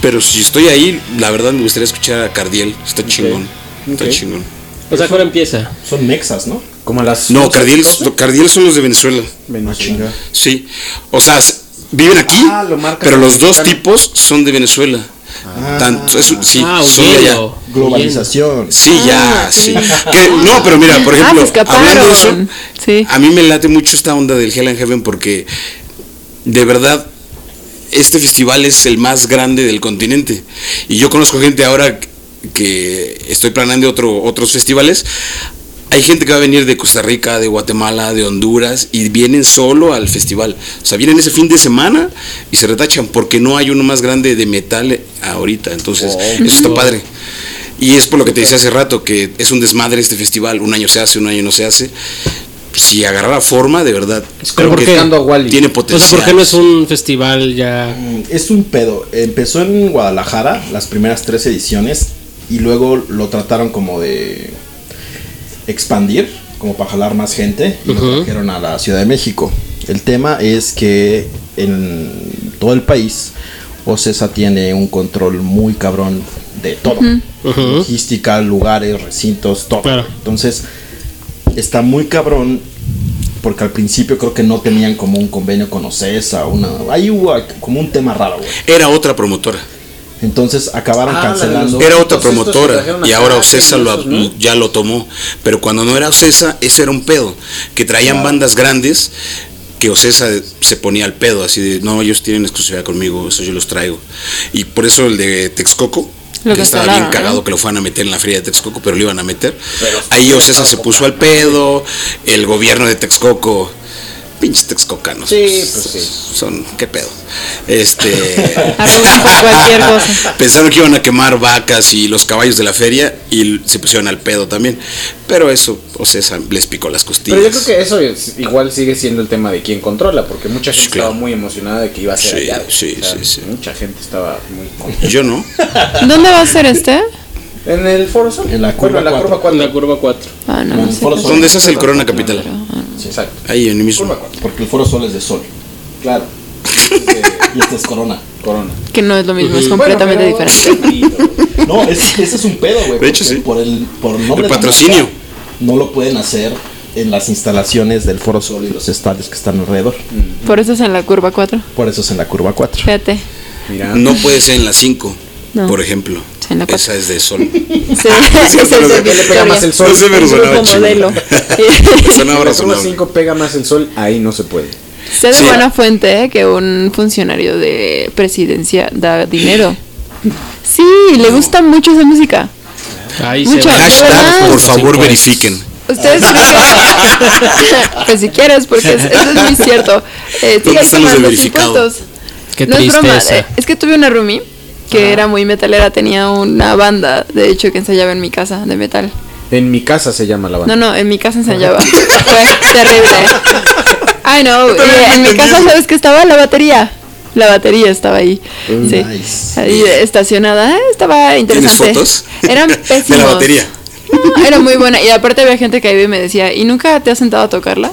Speaker 6: Pero si estoy ahí, la verdad me gustaría escuchar a Cardiel. Está chingón. Está
Speaker 2: Ok.
Speaker 6: chingón.
Speaker 4: O sea, ¿cuándo empieza?
Speaker 2: Son mexas, ¿no?
Speaker 8: Como las.
Speaker 6: No, Cardiel, Cardiel son los de Venezuela.
Speaker 8: Venezuela.
Speaker 6: Sí. O sea, s- viven aquí,
Speaker 8: Ah, lo marcan
Speaker 6: pero los dos
Speaker 8: mexicano.
Speaker 6: tipos son de Venezuela. Tanto, es- sí,
Speaker 4: Ah,
Speaker 6: son de allá.
Speaker 4: huyendo.
Speaker 2: Globalización.
Speaker 6: Sí, ya,
Speaker 2: Ah, sí.
Speaker 6: sí. Que- no, pero mira, por
Speaker 5: Ah,
Speaker 6: ejemplo,
Speaker 5: se escaparon.
Speaker 6: hablando de eso, a mí me late mucho esta onda del Hell and Heaven porque de verdad este festival es el más grande del continente. Y yo conozco gente ahora que estoy planeando otro, otros festivales. Hay gente que va a venir de Costa Rica, de Guatemala, de Honduras y vienen solo al festival. O sea, vienen ese fin de semana y se retachan porque no hay uno más grande de metal ahorita. Entonces,
Speaker 4: Oh.
Speaker 6: eso está padre. Y es por lo que te decía hace rato, que es un desmadre este festival. Un año se hace, un año no se hace. Si agarrara forma, de verdad, creo
Speaker 4: ¿por
Speaker 6: que
Speaker 4: qué?
Speaker 6: tiene
Speaker 4: O
Speaker 6: potencial.
Speaker 4: sea, ¿por qué Pues no es un festival ya?
Speaker 2: Mm, Es un pedo. Empezó en Guadalajara las primeras tres ediciones y luego lo trataron como de expandir, como para jalar más gente y lo
Speaker 4: Ujú.
Speaker 2: trajeron a la Ciudad de México. El tema es que en todo el país OCESA tiene un control muy cabrón de todo.
Speaker 4: Ujú.
Speaker 2: Logística, lugares, recintos, todo.
Speaker 4: Claro.
Speaker 2: Entonces, está muy cabrón porque al principio creo que no tenían como un convenio con OCESA, una, ahí hubo ac- como un tema raro, güey.
Speaker 6: Era otra promotora.
Speaker 2: Entonces acabaron cancelando.
Speaker 6: Era otra promotora y ahora Ocesa lo, ab- ya lo tomó. Pero cuando no era Ocesa, ese era un pedo. Que traían bandas grandes que Ocesa se ponía al pedo, así de, no, ellos tienen exclusividad conmigo, eso yo los traigo. Y por eso el de Texcoco,
Speaker 5: Lo
Speaker 6: que estaba bien
Speaker 5: cancelaron, ¿no?
Speaker 6: cagado que lo fueran a meter en la feria de Texcoco, pero lo iban a meter. Ahí Ocesa se puso al pedo, el gobierno de Texcoco, pinches texcocanos. pues, Son, qué pedo.
Speaker 5: *laughs*
Speaker 6: Este...
Speaker 5: Arrogan por
Speaker 6: *laughs*
Speaker 5: cualquier cosa.
Speaker 6: Pensaron que iban a quemar vacas y los caballos de la feria y l- se pusieron al pedo también. Pero eso, o sea, esa- les picó las costillas.
Speaker 8: Pero yo creo que eso es- igual sigue siendo el tema de quién controla, porque mucha gente
Speaker 6: claro.
Speaker 8: estaba muy emocionada de que iba a ser
Speaker 6: Sí,
Speaker 8: allá.
Speaker 6: sí,
Speaker 8: O sea,
Speaker 6: sí, sí.
Speaker 8: Mucha gente estaba muy contenta.
Speaker 6: Yo no.
Speaker 5: ¿Dónde va a ser este?
Speaker 8: En el Foro Sol.
Speaker 2: En la
Speaker 8: Bueno,
Speaker 2: curva
Speaker 8: en la
Speaker 2: cuatro.
Speaker 8: curva 4.
Speaker 4: La curva 4.
Speaker 5: Ah, no, no sé.
Speaker 2: Foro Sol.
Speaker 6: ¿Dónde es el Corona Capital?
Speaker 8: Exacto.
Speaker 6: Ahí en el mismo.
Speaker 8: Curva 4.
Speaker 2: Porque el Foro Sol es de Sol *laughs*
Speaker 8: Claro.
Speaker 2: y este es Corona.
Speaker 8: Corona.
Speaker 5: Que no es lo mismo, es
Speaker 8: Bueno,
Speaker 5: completamente
Speaker 8: pero- *laughs*
Speaker 5: diferente.
Speaker 2: No, ese, ese es un pedo, güey.
Speaker 6: De hecho,
Speaker 2: porque
Speaker 6: sí.
Speaker 2: Por el, por nombre
Speaker 6: El
Speaker 2: de la
Speaker 6: patrocinio.
Speaker 2: marca, no lo pueden hacer en las instalaciones del Foro Sol y los estadios que están alrededor.
Speaker 5: Por eso es en la curva 4.
Speaker 2: Por eso es en la curva 4.
Speaker 5: Fíjate.
Speaker 8: Mira.
Speaker 6: No puede ser en la 5,
Speaker 5: No.
Speaker 6: por ejemplo.
Speaker 5: Sí, en la cuatro.
Speaker 6: Esa es
Speaker 5: *laughs*
Speaker 6: de sol.
Speaker 5: Sí,
Speaker 6: *laughs* Sí,
Speaker 5: ese
Speaker 6: pero
Speaker 5: es
Speaker 6: le
Speaker 5: el de
Speaker 8: pega más
Speaker 5: Victoria.
Speaker 8: el sol.
Speaker 6: No sé, pero
Speaker 5: El grupo
Speaker 6: sonaba chido.
Speaker 5: modelo. *laughs*
Speaker 6: Sonaba
Speaker 8: La curva
Speaker 6: razonable.
Speaker 8: 5 pega más el sol, ahí no se puede.
Speaker 5: Sé de
Speaker 6: Sí.
Speaker 5: buena fuente eh, que un funcionario de presidencia da dinero. Sí, le gusta mucho esa música.
Speaker 4: Ahí
Speaker 5: Mucho.
Speaker 4: va.
Speaker 6: Hashtag,
Speaker 5: ¿Verdad?
Speaker 6: por
Speaker 4: Sí,
Speaker 6: favor,
Speaker 4: pues.
Speaker 6: verifiquen.
Speaker 5: Ustedes
Speaker 6: *laughs*
Speaker 5: creen que- *laughs* pues si quieres, porque es- eso es muy cierto. Eh, sí,
Speaker 6: ¿Dónde
Speaker 5: hay que
Speaker 6: están los
Speaker 5: más
Speaker 6: de
Speaker 5: los
Speaker 6: verificado?
Speaker 5: impuestos.
Speaker 4: Qué
Speaker 5: no es broma,
Speaker 4: tristeza.
Speaker 5: eh, es que tuve una roomie que era muy metalera, tenía una banda, de hecho, que ensayaba en mi casa de metal.
Speaker 8: En mi casa se llama la banda.
Speaker 5: No, no, en mi casa
Speaker 6: *laughs*
Speaker 5: ensayaba. Fue terrible. I know.
Speaker 6: también
Speaker 5: eh,
Speaker 6: lo
Speaker 5: en mi
Speaker 6: entendí.
Speaker 5: casa, ¿sabes que estaba? La batería. La batería estaba ahí. sí.
Speaker 2: nice.
Speaker 5: Ahí estacionada. eh, Estaba
Speaker 6: Oh, ¿Tienes
Speaker 5: interesante.
Speaker 6: fotos?
Speaker 5: Eran pésimos.
Speaker 6: *laughs* De la batería.
Speaker 5: No, era muy buena. Y aparte había gente que iba y me decía, ¿y nunca te has sentado a tocarla?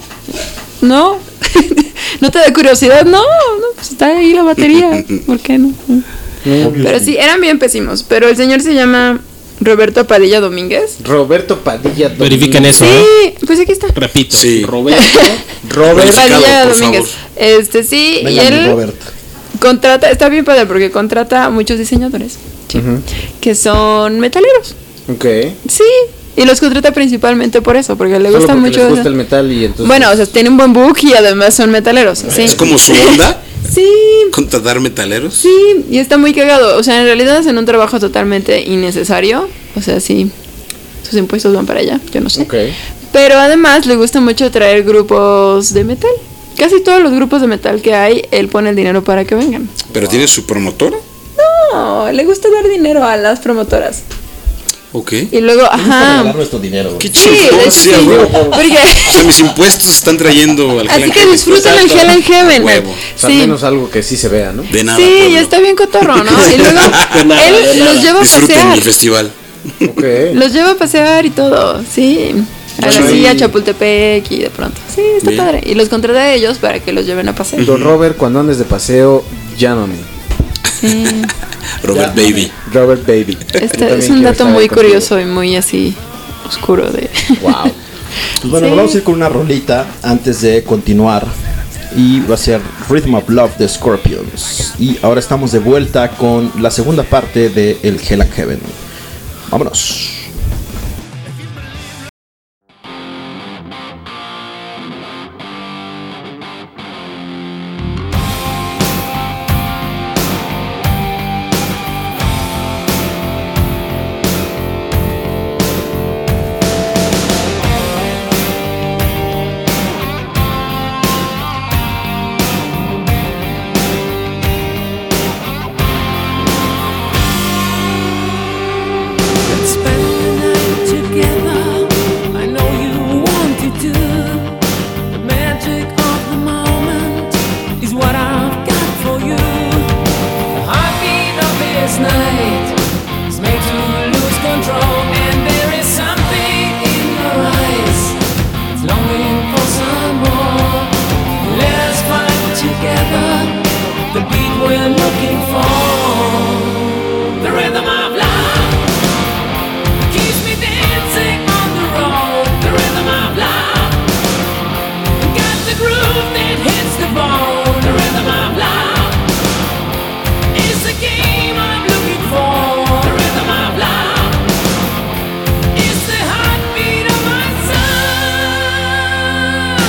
Speaker 5: No. *laughs* ¿No te da curiosidad? No, no, pues está ahí la batería.
Speaker 6: *laughs*
Speaker 5: ¿Por qué no? Pero sí, eran bien pésimos. Pero el señor se llama Roberto Padilla
Speaker 8: Ah.
Speaker 5: Domínguez.
Speaker 8: Roberto Padilla. Domínguez.
Speaker 4: Verifiquen eso, ¿eh?
Speaker 5: Sí, pues aquí está.
Speaker 4: Repito.
Speaker 6: Sí.
Speaker 4: Roberto.
Speaker 8: Roberto.
Speaker 5: *laughs*
Speaker 6: Verificado,
Speaker 5: Padilla
Speaker 6: por
Speaker 5: Domínguez.
Speaker 6: favor.
Speaker 5: Este sí,
Speaker 2: Venga,
Speaker 5: y
Speaker 2: mi
Speaker 5: él
Speaker 2: Robert.
Speaker 5: contrata, está bien padre porque contrata a muchos diseñadores sí, que son metaleros.
Speaker 8: Ok.
Speaker 5: Sí, Y los contrata principalmente por eso, porque le gusta
Speaker 8: Solo porque
Speaker 5: mucho.
Speaker 8: les
Speaker 5: o
Speaker 8: gusta
Speaker 5: sea-
Speaker 8: el metal y entonces.
Speaker 5: Bueno, o sea, tienen un buen book y además son metaleros. sí.
Speaker 6: Es como su onda
Speaker 5: Sí,
Speaker 6: contratar metaleros.
Speaker 5: sí, y está muy cagado. O sea, en realidad hacen un trabajo totalmente innecesario. O sea, sí, sus impuestos van para allá, yo no sé.
Speaker 8: Ok.
Speaker 5: Pero además le gusta mucho traer grupos de metal. Casi todos los grupos de metal que hay, él pone el dinero para que vengan.
Speaker 6: Pero tiene su promotora.
Speaker 5: No, le gusta dar dinero a las promotoras.
Speaker 6: Ok.
Speaker 5: Y luego, ajá.
Speaker 2: regalar nuestro dinero, güey.
Speaker 6: Qué
Speaker 5: Sí, de
Speaker 6: chingón,
Speaker 5: hecho
Speaker 6: sí, a
Speaker 5: sí.
Speaker 6: huevo.
Speaker 5: Porque,
Speaker 6: O sea, mis impuestos están trayendo al
Speaker 5: *laughs* así
Speaker 6: Hell
Speaker 5: que
Speaker 6: and
Speaker 5: disfrutan el Hell and Heaven.
Speaker 6: Huevo.
Speaker 8: O sea, al
Speaker 5: Sí.
Speaker 8: menos algo que sí se vea,
Speaker 6: *laughs*
Speaker 8: ¿no?
Speaker 6: De nada.
Speaker 5: Sí,
Speaker 6: pueblo.
Speaker 5: ya está bien cotorro, ¿no? Y luego
Speaker 4: De nada, de
Speaker 5: él
Speaker 4: nada.
Speaker 5: los lleva a
Speaker 6: Disfruten
Speaker 5: pasear.
Speaker 6: el festival.
Speaker 8: Ok.
Speaker 5: Los lleva a pasear y todo, sí. A la
Speaker 8: Bueno,
Speaker 5: silla,
Speaker 8: y-
Speaker 5: Chapultepec y de pronto. Sí, está
Speaker 6: Bien.
Speaker 5: padre. Y los contrata a ellos para que los lleven a pasear.
Speaker 8: Don Robert, cuando andes de paseo, llámame.
Speaker 5: Sí.
Speaker 6: Robert Baby.
Speaker 8: Robert Baby. Yo
Speaker 5: Este
Speaker 8: también
Speaker 5: es
Speaker 8: quiero
Speaker 5: un dato
Speaker 8: estar
Speaker 5: muy
Speaker 8: ahí contigo.
Speaker 5: curioso y muy así oscuro de...
Speaker 8: Wow.
Speaker 2: Pues bueno,
Speaker 5: Sí.
Speaker 2: nos vamos a ir con una rolita antes de continuar. Y va a ser Rhythm of Love de Scorpions. Y ahora estamos de vuelta con la segunda parte de El Hell and Heaven. Vámonos.
Speaker 9: The beat we're looking for, the rhythm of love. Keeps me dancing on the road, the rhythm of love. Got the groove that hits the bone, the rhythm of love. It's the game I'm looking for, the rhythm of love. It's the heartbeat of my soul.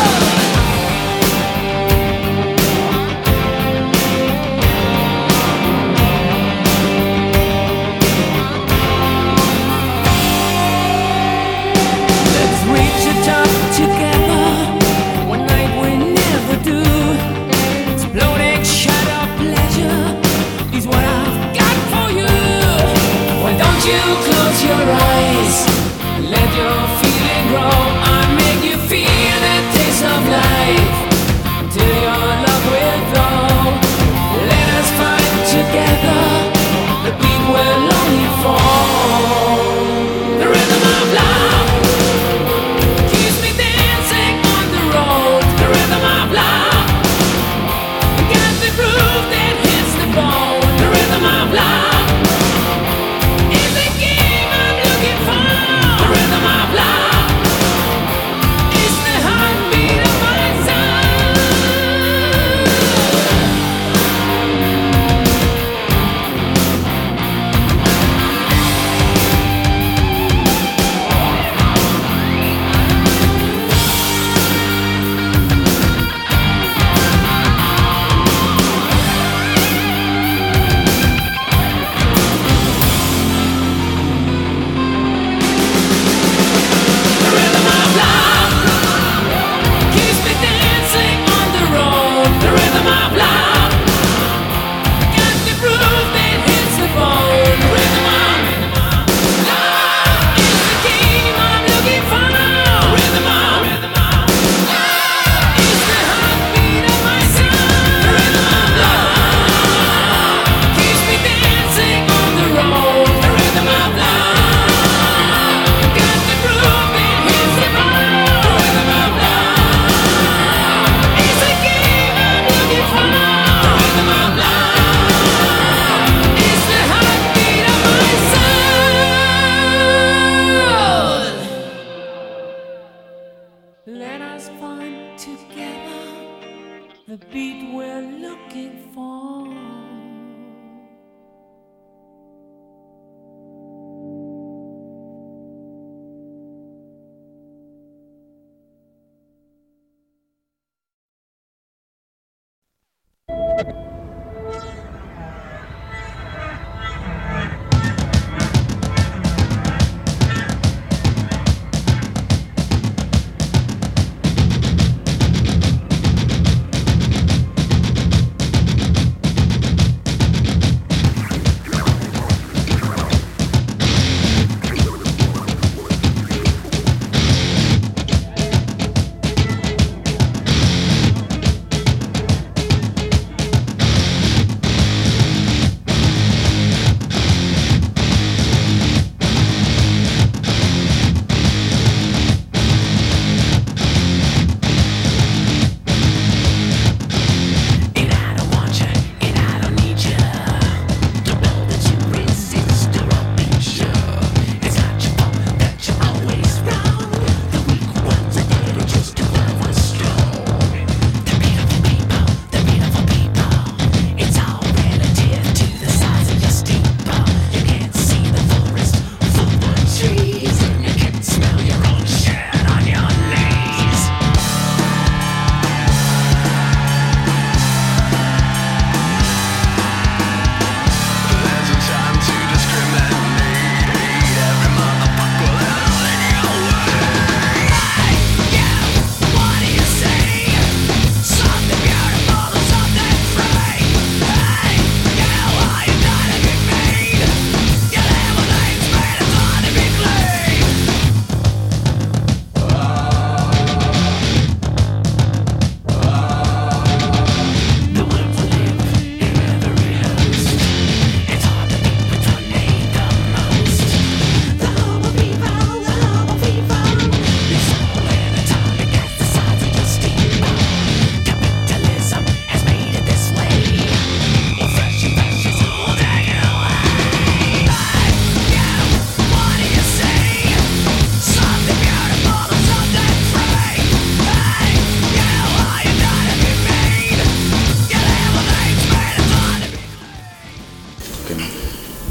Speaker 9: Let's reach the top together. One night we never do. Exploding shadow pleasure is what I've got for you. Why don't you close your eyes? Let your feeling grow. I make you feel the taste of life till your love will flow. Let us find together the beat we're longing for. The rhythm of love. Keeps me dancing on the road, the rhythm of love. Got the groove that hits the bone, the rhythm of love. Is the game I'm looking for, the rhythm of love. It's the heartbeat of my soul. Keeps me dancing on the road, the rhythm of love. Got the groove that hits the bone, the rhythm of love. It's the game I'm looking for, the rhythm of love. It's the heartbeat of my soul, the rhythm of love. Keeps me dancing on the road, the rhythm of love. Got the groove that hits the bone, the rhythm of love. It's a game I'm looking for. The rhythm of love. It's the heartbeat of my soul. Let us find together the beat we're looking for.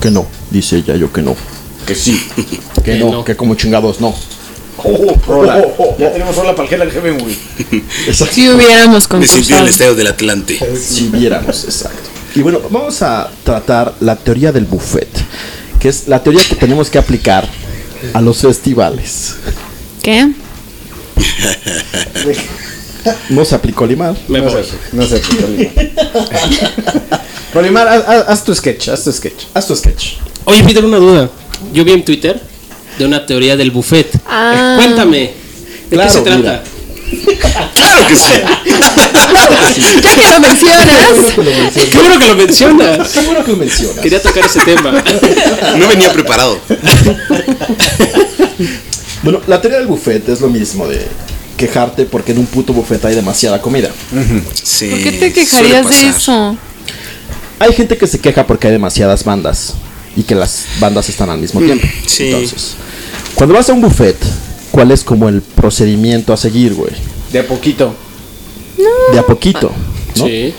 Speaker 2: que no. Dice Yayo que no.
Speaker 6: Que sí.
Speaker 2: Que no, Oh, que como chingados no.
Speaker 8: Rola. Ya tenemos rola para el Hell and Heaven, güey.
Speaker 2: Exacto.
Speaker 5: *laughs* Si hubiéramos
Speaker 6: Me sentí en el
Speaker 5: concursado.
Speaker 6: estadio del Atlante.
Speaker 2: Si viéramos, exacto. Y bueno, vamos a tratar la teoría del buffet, que es la teoría que tenemos que aplicar a los festivales.
Speaker 5: ¿Qué?
Speaker 2: No se aplicó Limar.
Speaker 4: Me
Speaker 8: No
Speaker 4: voy.
Speaker 8: sé, no sé, Rolimar. Rolimar, haz, haz- haz tu sketch, haz tu sketch.
Speaker 2: Haz tu sketch.
Speaker 4: Oye, Peter, una duda. Yo vi en Twitter de una teoría del buffet. Eh,
Speaker 5: Ah.
Speaker 4: Cuéntame. ¿De
Speaker 2: Claro,
Speaker 4: qué se trata?
Speaker 2: mira.
Speaker 6: *laughs* Claro que sí.
Speaker 5: Ya que lo mencionas.
Speaker 4: Qué bueno que lo mencionas.
Speaker 2: Qué bueno que lo mencionas.
Speaker 4: Quería tocar ese tema.
Speaker 6: No venía preparado.
Speaker 2: Bueno, la teoría del buffet es lo mismo de quejarte porque en un puto buffet hay demasiada comida.
Speaker 6: Sí,
Speaker 5: ¿Por qué te
Speaker 6: Eh, suele
Speaker 5: quejarías de
Speaker 6: pasar.
Speaker 5: eso?
Speaker 2: Hay gente que se queja porque hay demasiadas bandas y que las bandas están al mismo tiempo.
Speaker 6: Mm, sí.
Speaker 2: Entonces, cuando vas a un buffet, ¿cuál es como el procedimiento a seguir, güey?
Speaker 8: De a poquito.
Speaker 2: De a poquito, ¿no?
Speaker 4: Sí.
Speaker 2: Y
Speaker 6: Ah.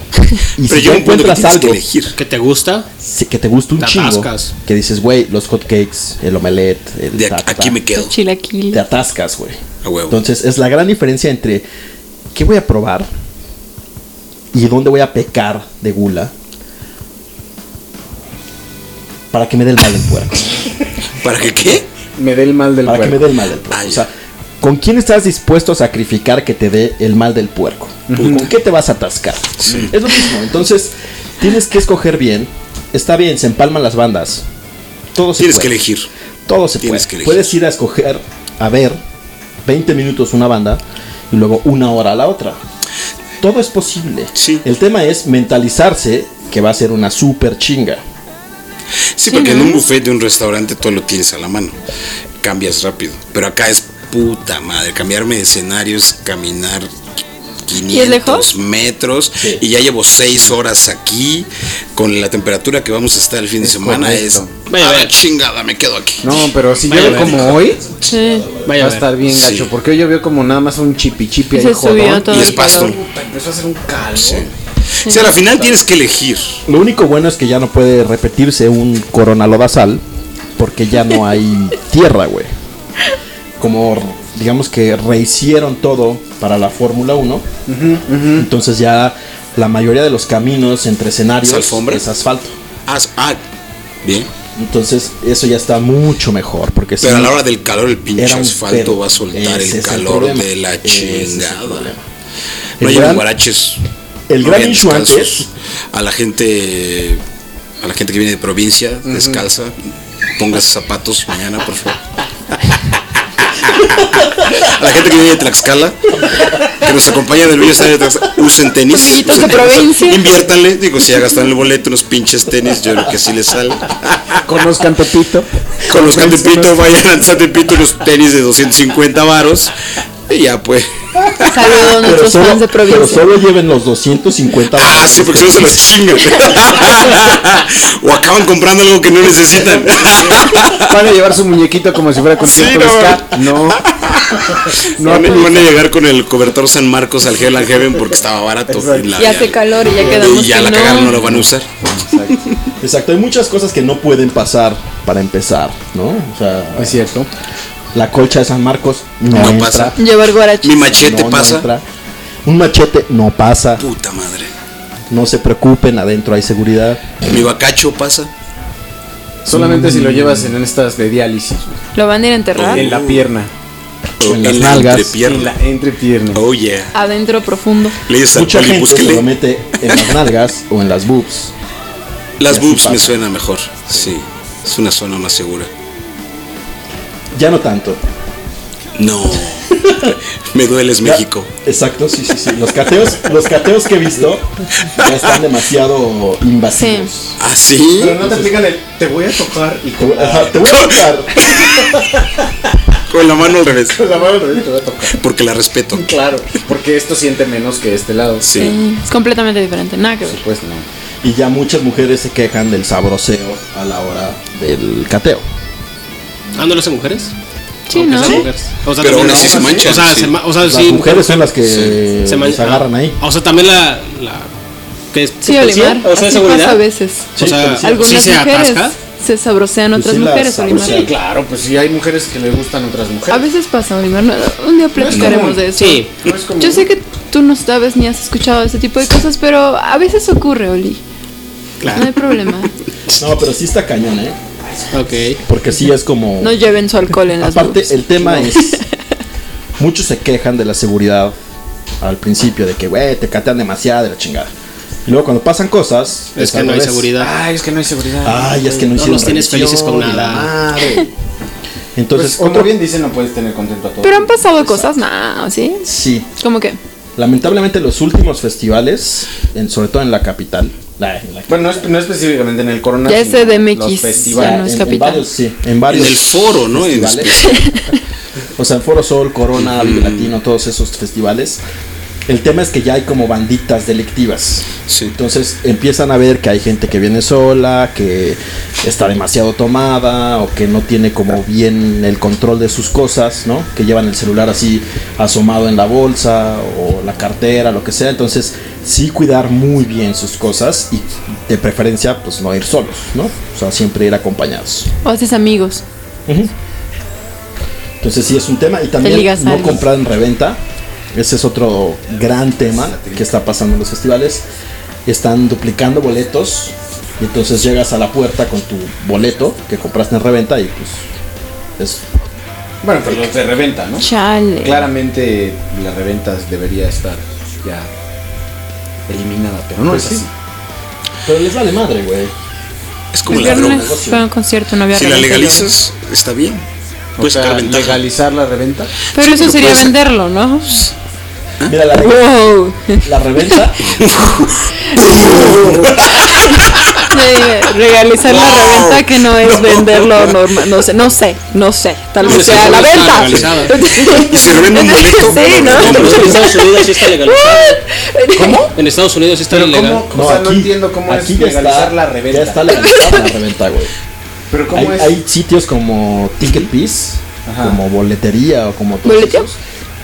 Speaker 2: si ya
Speaker 6: Pero llega un punto que
Speaker 2: encuentras
Speaker 6: tienes que
Speaker 2: algo
Speaker 6: elegir.
Speaker 4: ¿Qué te gusta?
Speaker 2: sí, que te gusta un
Speaker 4: Te
Speaker 2: chingo,
Speaker 4: atascas.
Speaker 2: que dices, güey, los hotcakes, el omelette, el
Speaker 6: De ac-
Speaker 2: ta, ta,
Speaker 6: aquí me quedo.
Speaker 5: Los chilaquiles.
Speaker 2: te atascas, güey.
Speaker 6: A huevo.
Speaker 2: Entonces, es la gran diferencia entre qué voy a probar y dónde voy a pecar de gula para que me dé el mal del puerco.
Speaker 6: ¿Para qué qué?
Speaker 8: Me dé el mal del
Speaker 2: para que me
Speaker 8: pueblo.
Speaker 2: dé el mal del puerco.
Speaker 6: Ay.
Speaker 2: O sea, ¿con quién estás dispuesto a sacrificar que te dé el mal del puerco? ¿Con qué te vas a atascar? Es lo mismo. Entonces, tienes que escoger bien. Está bien, se empalman las bandas. Todo se
Speaker 6: Tienes
Speaker 2: puede.
Speaker 6: que elegir.
Speaker 2: Todo se
Speaker 6: Tienes
Speaker 2: puede.
Speaker 6: que elegir.
Speaker 2: Puedes ir a escoger, a ver, 20 minutos una banda y luego una hora a la otra. Todo es posible.
Speaker 6: Sí.
Speaker 2: El tema es mentalizarse que va a ser una super chinga.
Speaker 6: Sí, porque en un buffet de un restaurante todo lo tienes a la mano. Cambias rápido. Pero acá es puta madre. Cambiarme de escenario es caminar 500
Speaker 5: ¿Y es lejos?
Speaker 6: metros.
Speaker 2: Sí.
Speaker 6: Y ya llevo 6 horas aquí. Con la temperatura que vamos a estar el fin de semana
Speaker 8: correcto.
Speaker 6: es.
Speaker 4: Vaya,
Speaker 6: a
Speaker 4: vaya.
Speaker 6: la chingada, me quedo aquí.
Speaker 8: No, pero si
Speaker 4: Vaya,
Speaker 8: llueve
Speaker 4: vaya.
Speaker 8: como hoy,
Speaker 5: Sí.
Speaker 4: Vaya
Speaker 8: va
Speaker 4: a
Speaker 8: a
Speaker 4: ver.
Speaker 8: estar bien gacho.
Speaker 6: Sí.
Speaker 8: Porque hoy llovió como nada más un chipi chipi
Speaker 5: Y
Speaker 8: ahí
Speaker 5: se
Speaker 8: jodón.
Speaker 5: subió todo
Speaker 6: Y es
Speaker 5: el
Speaker 6: pasto.
Speaker 5: calor.
Speaker 8: Puta, Empezó a hacer un calor.
Speaker 6: O sea, al final tienes que elegir.
Speaker 2: Lo único bueno es que ya no puede repetirse un coronalodasal porque ya no
Speaker 5: *laughs*
Speaker 2: hay tierra, güey. Como digamos que rehicieron todo para la Fórmula 1. Entonces ya la mayoría de los caminos entre escenarios
Speaker 6: ¿Es alfombra?
Speaker 2: es asfalto.
Speaker 6: Ah, s- ah, bien.
Speaker 2: Entonces eso ya está mucho mejor porque
Speaker 6: Pero
Speaker 2: sí,
Speaker 6: a la hora del calor, el pinche
Speaker 2: era un
Speaker 6: asfalto
Speaker 2: pedo.
Speaker 6: va a soltar
Speaker 2: Ese
Speaker 6: el
Speaker 2: es
Speaker 6: calor
Speaker 2: problema.
Speaker 6: de la
Speaker 2: Ese es el
Speaker 6: chingada.
Speaker 2: problema.
Speaker 6: No
Speaker 2: El
Speaker 6: lleven
Speaker 2: gran-
Speaker 6: guaraches.
Speaker 2: el
Speaker 6: no
Speaker 2: gran
Speaker 6: vayan
Speaker 2: issue
Speaker 6: descalzos.
Speaker 2: antes-
Speaker 6: A la gente. A la gente que viene de provincia, descalza. Póngase zapatos mañana, por favor. A la gente que viene de Tlaxcala, que nos acompaña del bello estadio de Tlaxcala, usen tenis.
Speaker 5: Tobillitos
Speaker 6: usen
Speaker 5: de
Speaker 6: tenis.
Speaker 5: provincia.
Speaker 6: Inviértanle, digo, si ya gastaron el boleto, unos pinches tenis, yo creo que sí les sale.
Speaker 8: Conozcan Pepito.
Speaker 6: Con los Catepito vayan al Catepito unos tenis de 250 varos. Y ya pues.
Speaker 5: Saludos a
Speaker 2: Pero
Speaker 5: nuestros
Speaker 2: solo,
Speaker 5: fans de
Speaker 2: pero
Speaker 5: provincia.
Speaker 2: solo lleven los 250
Speaker 6: Ah, sí, porque si no se los chingan.
Speaker 2: *laughs*
Speaker 6: o acaban comprando algo que no
Speaker 2: *laughs*
Speaker 6: necesitan.
Speaker 8: Van a llevar su muñequito como si fuera concierto
Speaker 6: Sí,
Speaker 8: de
Speaker 6: no.
Speaker 8: ska. No. No
Speaker 6: van, a,
Speaker 8: aplica.
Speaker 6: van a llegar con el cobertor San Marcos al Hell and Heaven porque estaba barato. Y, la-
Speaker 5: Y hace calor y ya quedamos
Speaker 6: y ya
Speaker 5: que
Speaker 6: la
Speaker 5: no.
Speaker 6: cagaron, no lo van a usar.
Speaker 2: Exacto, hay muchas cosas que no pueden pasar para empezar, ¿no? O sea,
Speaker 8: Es cierto.
Speaker 2: la colcha de San Marcos no,
Speaker 6: No
Speaker 2: entra,
Speaker 6: pasa.
Speaker 5: Llevar guaraches.
Speaker 6: Mi machete
Speaker 2: no, no
Speaker 6: pasa.
Speaker 2: entra. Un machete no pasa,
Speaker 6: Puta madre.
Speaker 2: no se preocupen, adentro hay seguridad.
Speaker 6: Mi bacacho pasa.
Speaker 8: Solamente si lo llevas en estas de diálisis.
Speaker 5: Lo van a ir a enterrar
Speaker 8: En la pierna.
Speaker 2: En las
Speaker 6: la
Speaker 2: nalgas.
Speaker 8: En
Speaker 6: entrepierna.
Speaker 8: la entrepierna.
Speaker 6: Oh yeah.
Speaker 5: adentro profundo.
Speaker 6: Le dices al
Speaker 2: Mucha
Speaker 6: poli,
Speaker 2: gente se lo
Speaker 6: búsquele.
Speaker 2: mete en las nalgas *laughs* o en las boobs.
Speaker 6: Las
Speaker 2: y así
Speaker 6: boobs me
Speaker 2: pasa.
Speaker 6: suena mejor. Sí. Es una zona más segura.
Speaker 2: Ya no tanto. *laughs*
Speaker 6: No. me dueles
Speaker 2: Ya-
Speaker 6: México.
Speaker 2: Exacto, sí, sí, sí. Los cateos, los cateos que he visto ya están demasiado invasivos.
Speaker 6: ¿Ah, sí?
Speaker 8: Pero no te aplican el te voy a tocar y
Speaker 2: Te voy- ajá, te voy a tocar.
Speaker 6: Con la mano al revés.
Speaker 8: con la mano al revés te voy a tocar.
Speaker 6: Porque la respeto.
Speaker 8: Claro, porque esto siente menos que este lado.
Speaker 6: Sí.
Speaker 5: Sí, Es completamente diferente, nada que ver.
Speaker 8: Pues no.
Speaker 2: Y ya muchas mujeres se quejan del sabroseo a la hora del cateo.
Speaker 4: ¿Ah, no lo hacen mujeres?
Speaker 5: Sí,
Speaker 4: Aunque
Speaker 5: ¿no?
Speaker 4: sean mujeres. O sea,
Speaker 6: Pero
Speaker 4: también-
Speaker 6: aún así se manchan,
Speaker 4: O sea,
Speaker 6: sí.
Speaker 4: se ma- o sea,
Speaker 2: Las
Speaker 4: sí,
Speaker 2: mujeres son las que
Speaker 6: Sí.
Speaker 4: se man- ah,
Speaker 2: se agarran ahí.
Speaker 4: O sea, también la. la que es
Speaker 5: Sí, Olimar.
Speaker 4: O sea,
Speaker 5: así
Speaker 4: seguridad.
Speaker 5: pasa a veces.
Speaker 4: O sea,
Speaker 5: Algunas
Speaker 4: sí se
Speaker 5: mujeres.
Speaker 4: atasca.
Speaker 5: se sabrosean
Speaker 2: Pues
Speaker 5: otras
Speaker 2: sí, las
Speaker 5: mujeres, Olimar.
Speaker 2: sabrosean.
Speaker 8: Claro, pues si hay mujeres que le gustan otras
Speaker 5: A
Speaker 8: mujeres.
Speaker 5: veces pasa, Olimar. no- Un día platicaremos
Speaker 8: común.
Speaker 5: de eso.
Speaker 4: Sí.
Speaker 8: No es común.
Speaker 5: Yo sé que tú no sabes ni has escuchado ese tipo de cosas, pero a veces ocurre, Oli.
Speaker 4: Claro.
Speaker 5: No hay problema.
Speaker 2: No, pero sí está cañón, ¿eh?
Speaker 4: Ok.
Speaker 2: Porque sí es como...
Speaker 5: No lleven su alcohol en las
Speaker 2: Aparte,
Speaker 5: boobs.
Speaker 2: el tema
Speaker 5: *laughs*
Speaker 2: es. Muchos se quejan de la seguridad al principio, de que, güey, te catean demasiado de la chingada. Y luego cuando pasan cosas.
Speaker 4: Es que
Speaker 2: al
Speaker 4: no hay
Speaker 2: revés.
Speaker 4: seguridad.
Speaker 8: Ay, es que no hay seguridad.
Speaker 2: Ay, es que no,
Speaker 4: No
Speaker 2: hicieron
Speaker 4: los tienes
Speaker 2: revisión
Speaker 4: felices con
Speaker 2: y la
Speaker 4: nada. *laughs* Pues,
Speaker 2: madre. Entonces,
Speaker 8: Entonces,
Speaker 2: otro
Speaker 8: Pues, como bien dicen, no puedes tener contento a todos.
Speaker 5: Pero han pasado cosas, no, ¿sí?
Speaker 2: Sí.
Speaker 5: ¿Cómo que?
Speaker 2: Lamentablemente, los últimos festivales, en- sobre todo en la capital. la- en la-
Speaker 8: Bueno, no, es- no específicamente en el corona.
Speaker 5: Ya es
Speaker 8: sino
Speaker 5: CDMX,
Speaker 8: Los
Speaker 5: ya
Speaker 2: en-
Speaker 5: no
Speaker 8: festivales.
Speaker 5: es
Speaker 2: en
Speaker 5: capital.
Speaker 2: varios, sí, en varios.
Speaker 6: En el foro, ¿no? En *laughs*
Speaker 2: festivales. *laughs* o sea, en Foro Sol, Corona, Vive Latino, todos esos festivales. El tema es que ya hay como banditas delictivas.
Speaker 6: Sí.
Speaker 2: Entonces empiezan a ver que hay gente que viene sola, que está demasiado tomada o que no tiene como bien el control de sus cosas, ¿no? Que llevan el celular así asomado en la bolsa o la cartera, lo que sea. Entonces sí cuidar muy bien sus cosas y de preferencia pues no ir solos, ¿no? O sea, siempre ir acompañados.
Speaker 5: O haces amigos.
Speaker 2: Entonces sí es un tema y también
Speaker 5: ligas a
Speaker 2: no
Speaker 5: alguien.
Speaker 2: comprar en reventa. Ese es otro gran tema que está pasando en los festivales. Están duplicando boletos y entonces llegas a la puerta con tu boleto que compraste en reventa y pues es
Speaker 8: Bueno, pero los de reventa, ¿no?
Speaker 5: Chale.
Speaker 8: Claramente la reventa debería estar ya eliminada, pero
Speaker 2: Pues
Speaker 8: no es así.
Speaker 2: pero les vale madre, güey.
Speaker 6: Es como
Speaker 5: El
Speaker 6: la droga.
Speaker 5: viernes fue a un concierto, no había
Speaker 6: Si la
Speaker 5: reventa,
Speaker 6: legalizas, está bien.
Speaker 8: O
Speaker 2: Pues
Speaker 6: Puedes
Speaker 8: sea,
Speaker 6: sacar ventaja.
Speaker 8: legalizar la reventa.
Speaker 5: yo- Pero eso
Speaker 6: Lo
Speaker 5: sería
Speaker 6: puedes-
Speaker 5: venderlo, ¿no?
Speaker 2: Mira la,
Speaker 5: Wow.
Speaker 2: la reventa,
Speaker 5: Eh, Legalizar la reventa que no es venderlo normal. No sé, no sé, no sé. Tal vez
Speaker 4: Pues
Speaker 5: sea
Speaker 4: sí,
Speaker 5: la
Speaker 4: está
Speaker 5: venta.
Speaker 4: legalizado.
Speaker 5: *laughs*
Speaker 6: Y si revenden un boleto,
Speaker 5: Sí,
Speaker 2: Ah.
Speaker 5: ¿no?
Speaker 4: No, pero es que
Speaker 2: *laughs*
Speaker 4: en Estados Unidos sí está legalizado.
Speaker 2: ¿cómo?
Speaker 4: En Estados Unidos sí está
Speaker 8: Pero
Speaker 4: legal.
Speaker 8: ¿cómo? *laughs* o sea, no entiendo cómo es
Speaker 2: ya está-
Speaker 8: legalizar la reventa.
Speaker 2: Ya está legalizada la reventa, güey.
Speaker 8: Pero
Speaker 2: Hay,
Speaker 8: cómo es
Speaker 2: hay sitios como Ticket Piece,
Speaker 8: Ajá.
Speaker 2: como boletería o como todos
Speaker 5: ¿Boleteos?
Speaker 2: esos.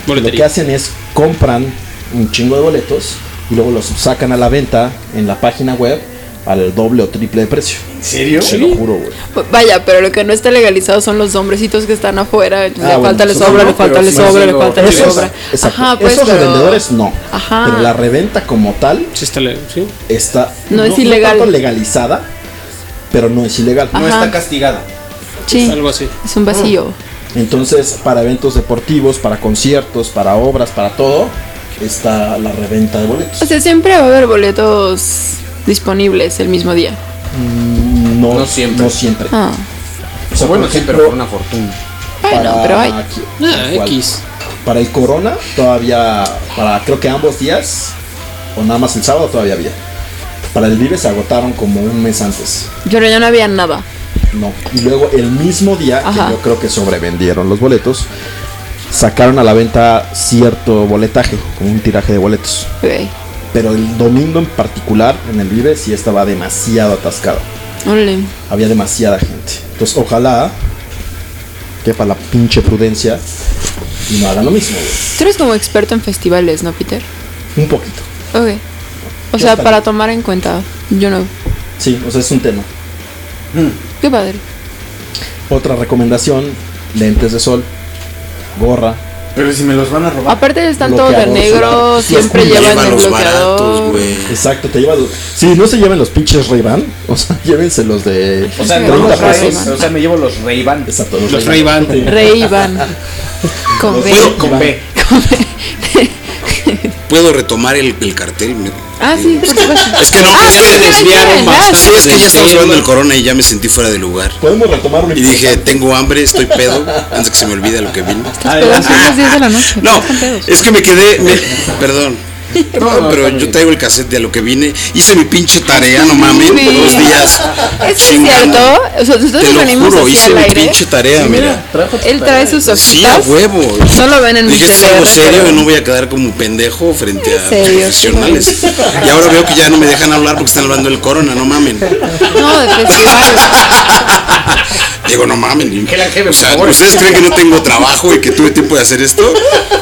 Speaker 2: Lo que
Speaker 4: Boletería.
Speaker 2: hacen es compran un chingo de boletos y luego los sacan a la venta en la página web al doble o triple de precio.
Speaker 8: en serio?
Speaker 2: Se lo juro, güey.
Speaker 5: *laughs* Vaya, pero lo que no está legalizado son los hombrecitos que están afuera. le
Speaker 2: bueno,
Speaker 5: falta, le
Speaker 2: eso
Speaker 5: sobra,
Speaker 2: no,
Speaker 5: le falta,
Speaker 8: pero
Speaker 5: le
Speaker 8: sí,
Speaker 5: sobra,
Speaker 8: sí,
Speaker 5: le
Speaker 8: no.
Speaker 5: falta, le
Speaker 8: Eso
Speaker 5: sobra.
Speaker 2: Exacto.
Speaker 5: Ajá, pues.
Speaker 2: Esos
Speaker 5: pero-
Speaker 2: revendedores no.
Speaker 5: Ajá.
Speaker 2: Pero la reventa como tal
Speaker 4: Sí está le- sí.
Speaker 2: está
Speaker 5: No es ilegal.
Speaker 2: tanto legalizada, pero no es ilegal.
Speaker 5: Ah.
Speaker 8: No
Speaker 5: Ajá.
Speaker 8: está castigada.
Speaker 5: Sí,
Speaker 4: Algo así.
Speaker 5: es un vacío.
Speaker 2: Entonces, para eventos deportivos, para conciertos, para obras, para todo, está la reventa de boletos.
Speaker 5: O sea, siempre va a haber boletos disponibles el mismo día.
Speaker 2: No,
Speaker 8: no siempre.
Speaker 2: No siempre.
Speaker 5: Ah,
Speaker 2: O sea,
Speaker 8: Bueno,
Speaker 2: por
Speaker 8: sí,
Speaker 2: ejemplo,
Speaker 8: pero por una fortuna.
Speaker 5: bueno,
Speaker 2: para
Speaker 5: pero hay.
Speaker 2: aquí-
Speaker 4: Ah,
Speaker 2: ¿cuál?
Speaker 4: X.
Speaker 2: Para el Corona todavía, para creo que ambos días, o nada más el sábado todavía había. Para el Vive se agotaron como un mes antes.
Speaker 5: Yo ya no había nada.
Speaker 2: No. Y luego el mismo día,
Speaker 5: Ajá.
Speaker 2: que yo creo que sobrevendieron los boletos, sacaron a la venta cierto boletaje, como un tiraje de boletos.
Speaker 5: Ok.
Speaker 2: Pero el domingo en particular, en el Vive, sí estaba demasiado atascado.
Speaker 5: Órale.
Speaker 2: Había demasiada gente. Entonces, ojalá que para la pinche prudencia no hagan lo mismo, güey.
Speaker 5: Tú eres como experto en festivales, ¿no, Peter?
Speaker 2: Un poquito.
Speaker 5: Ok. O
Speaker 2: Yo
Speaker 5: sea,
Speaker 2: también.
Speaker 5: para tomar en cuenta. Yo no.
Speaker 2: Sí, o sea, es un tema.
Speaker 5: Qué padre.
Speaker 2: Otra recomendación, lentes de sol, gorra.
Speaker 8: Pero si me los van a robar.
Speaker 5: Aparte están todos de
Speaker 2: Bloqueador
Speaker 5: negro,
Speaker 2: solar.
Speaker 5: siempre
Speaker 2: Sí,
Speaker 5: llevan el
Speaker 6: Llévalos baratos,
Speaker 5: bloqueador.
Speaker 6: güey.
Speaker 2: Exacto, te llevas... Si no se lleven los pinches ray o sea, *laughs* llévense los de
Speaker 8: O
Speaker 4: Ah,
Speaker 8: sea,
Speaker 2: 30
Speaker 8: no los
Speaker 2: pesos.
Speaker 8: Ray-Ban, O sea, me llevo los ray
Speaker 2: Exacto,
Speaker 4: Los
Speaker 2: Ray-Ban.
Speaker 4: Ray-Ban.
Speaker 5: Rey Iván.
Speaker 6: *laughs*
Speaker 5: Con B.
Speaker 6: Puedo,
Speaker 8: Con B.
Speaker 6: puedo retomar el, el cartel. me-
Speaker 5: *laughs* Ah, sí, por supuesto.
Speaker 6: Es que no,
Speaker 5: Ah,
Speaker 6: es
Speaker 5: sí, sí,
Speaker 6: que-
Speaker 5: sí, sí,
Speaker 6: Sí, es que ya estamos
Speaker 4: del
Speaker 6: hablando del
Speaker 4: tema.
Speaker 6: corona y ya me sentí fuera de lugar.
Speaker 2: Podemos retomar un
Speaker 6: Y dije, tengo hambre, estoy pedo, antes que se me olvide lo que vino.
Speaker 5: Estás pedo, son las 10 de la noche.
Speaker 6: No,
Speaker 5: están pedos.
Speaker 6: es que me
Speaker 5: *laughs*
Speaker 6: quedé, me- perdón. Perdón,
Speaker 8: no,
Speaker 6: pero
Speaker 8: está
Speaker 6: yo
Speaker 8: bien.
Speaker 6: traigo el cassette de a lo que vine. Hice mi pinche tarea, no mames,
Speaker 5: Sí.
Speaker 6: dos días.
Speaker 5: *laughs* ¿Es que es
Speaker 6: chingando.
Speaker 5: cierto? O sea, nosotros
Speaker 6: Te lo
Speaker 5: venimos
Speaker 6: juro,
Speaker 5: así
Speaker 6: hice
Speaker 5: al
Speaker 6: mi
Speaker 5: aire.
Speaker 6: pinche tarea, mira.
Speaker 5: Él trae sus hojitas.
Speaker 6: Sí, a huevo.
Speaker 5: No lo ven en mis
Speaker 6: Dije, es algo
Speaker 5: CDRs,
Speaker 6: serio
Speaker 5: pero-
Speaker 6: y no voy a quedar como un pendejo frente a
Speaker 5: ¿En serio?
Speaker 6: profesionales. Y ahora veo que ya no me dejan hablar porque están hablando del corona, no mamen.
Speaker 5: No, de
Speaker 6: *laughs*
Speaker 5: festival.
Speaker 6: Digo, no mamen.
Speaker 8: Que la jefe,
Speaker 6: O
Speaker 8: por
Speaker 6: sea,
Speaker 8: favor.
Speaker 6: ¿ustedes creen que no tengo trabajo y que tuve tiempo de hacer esto?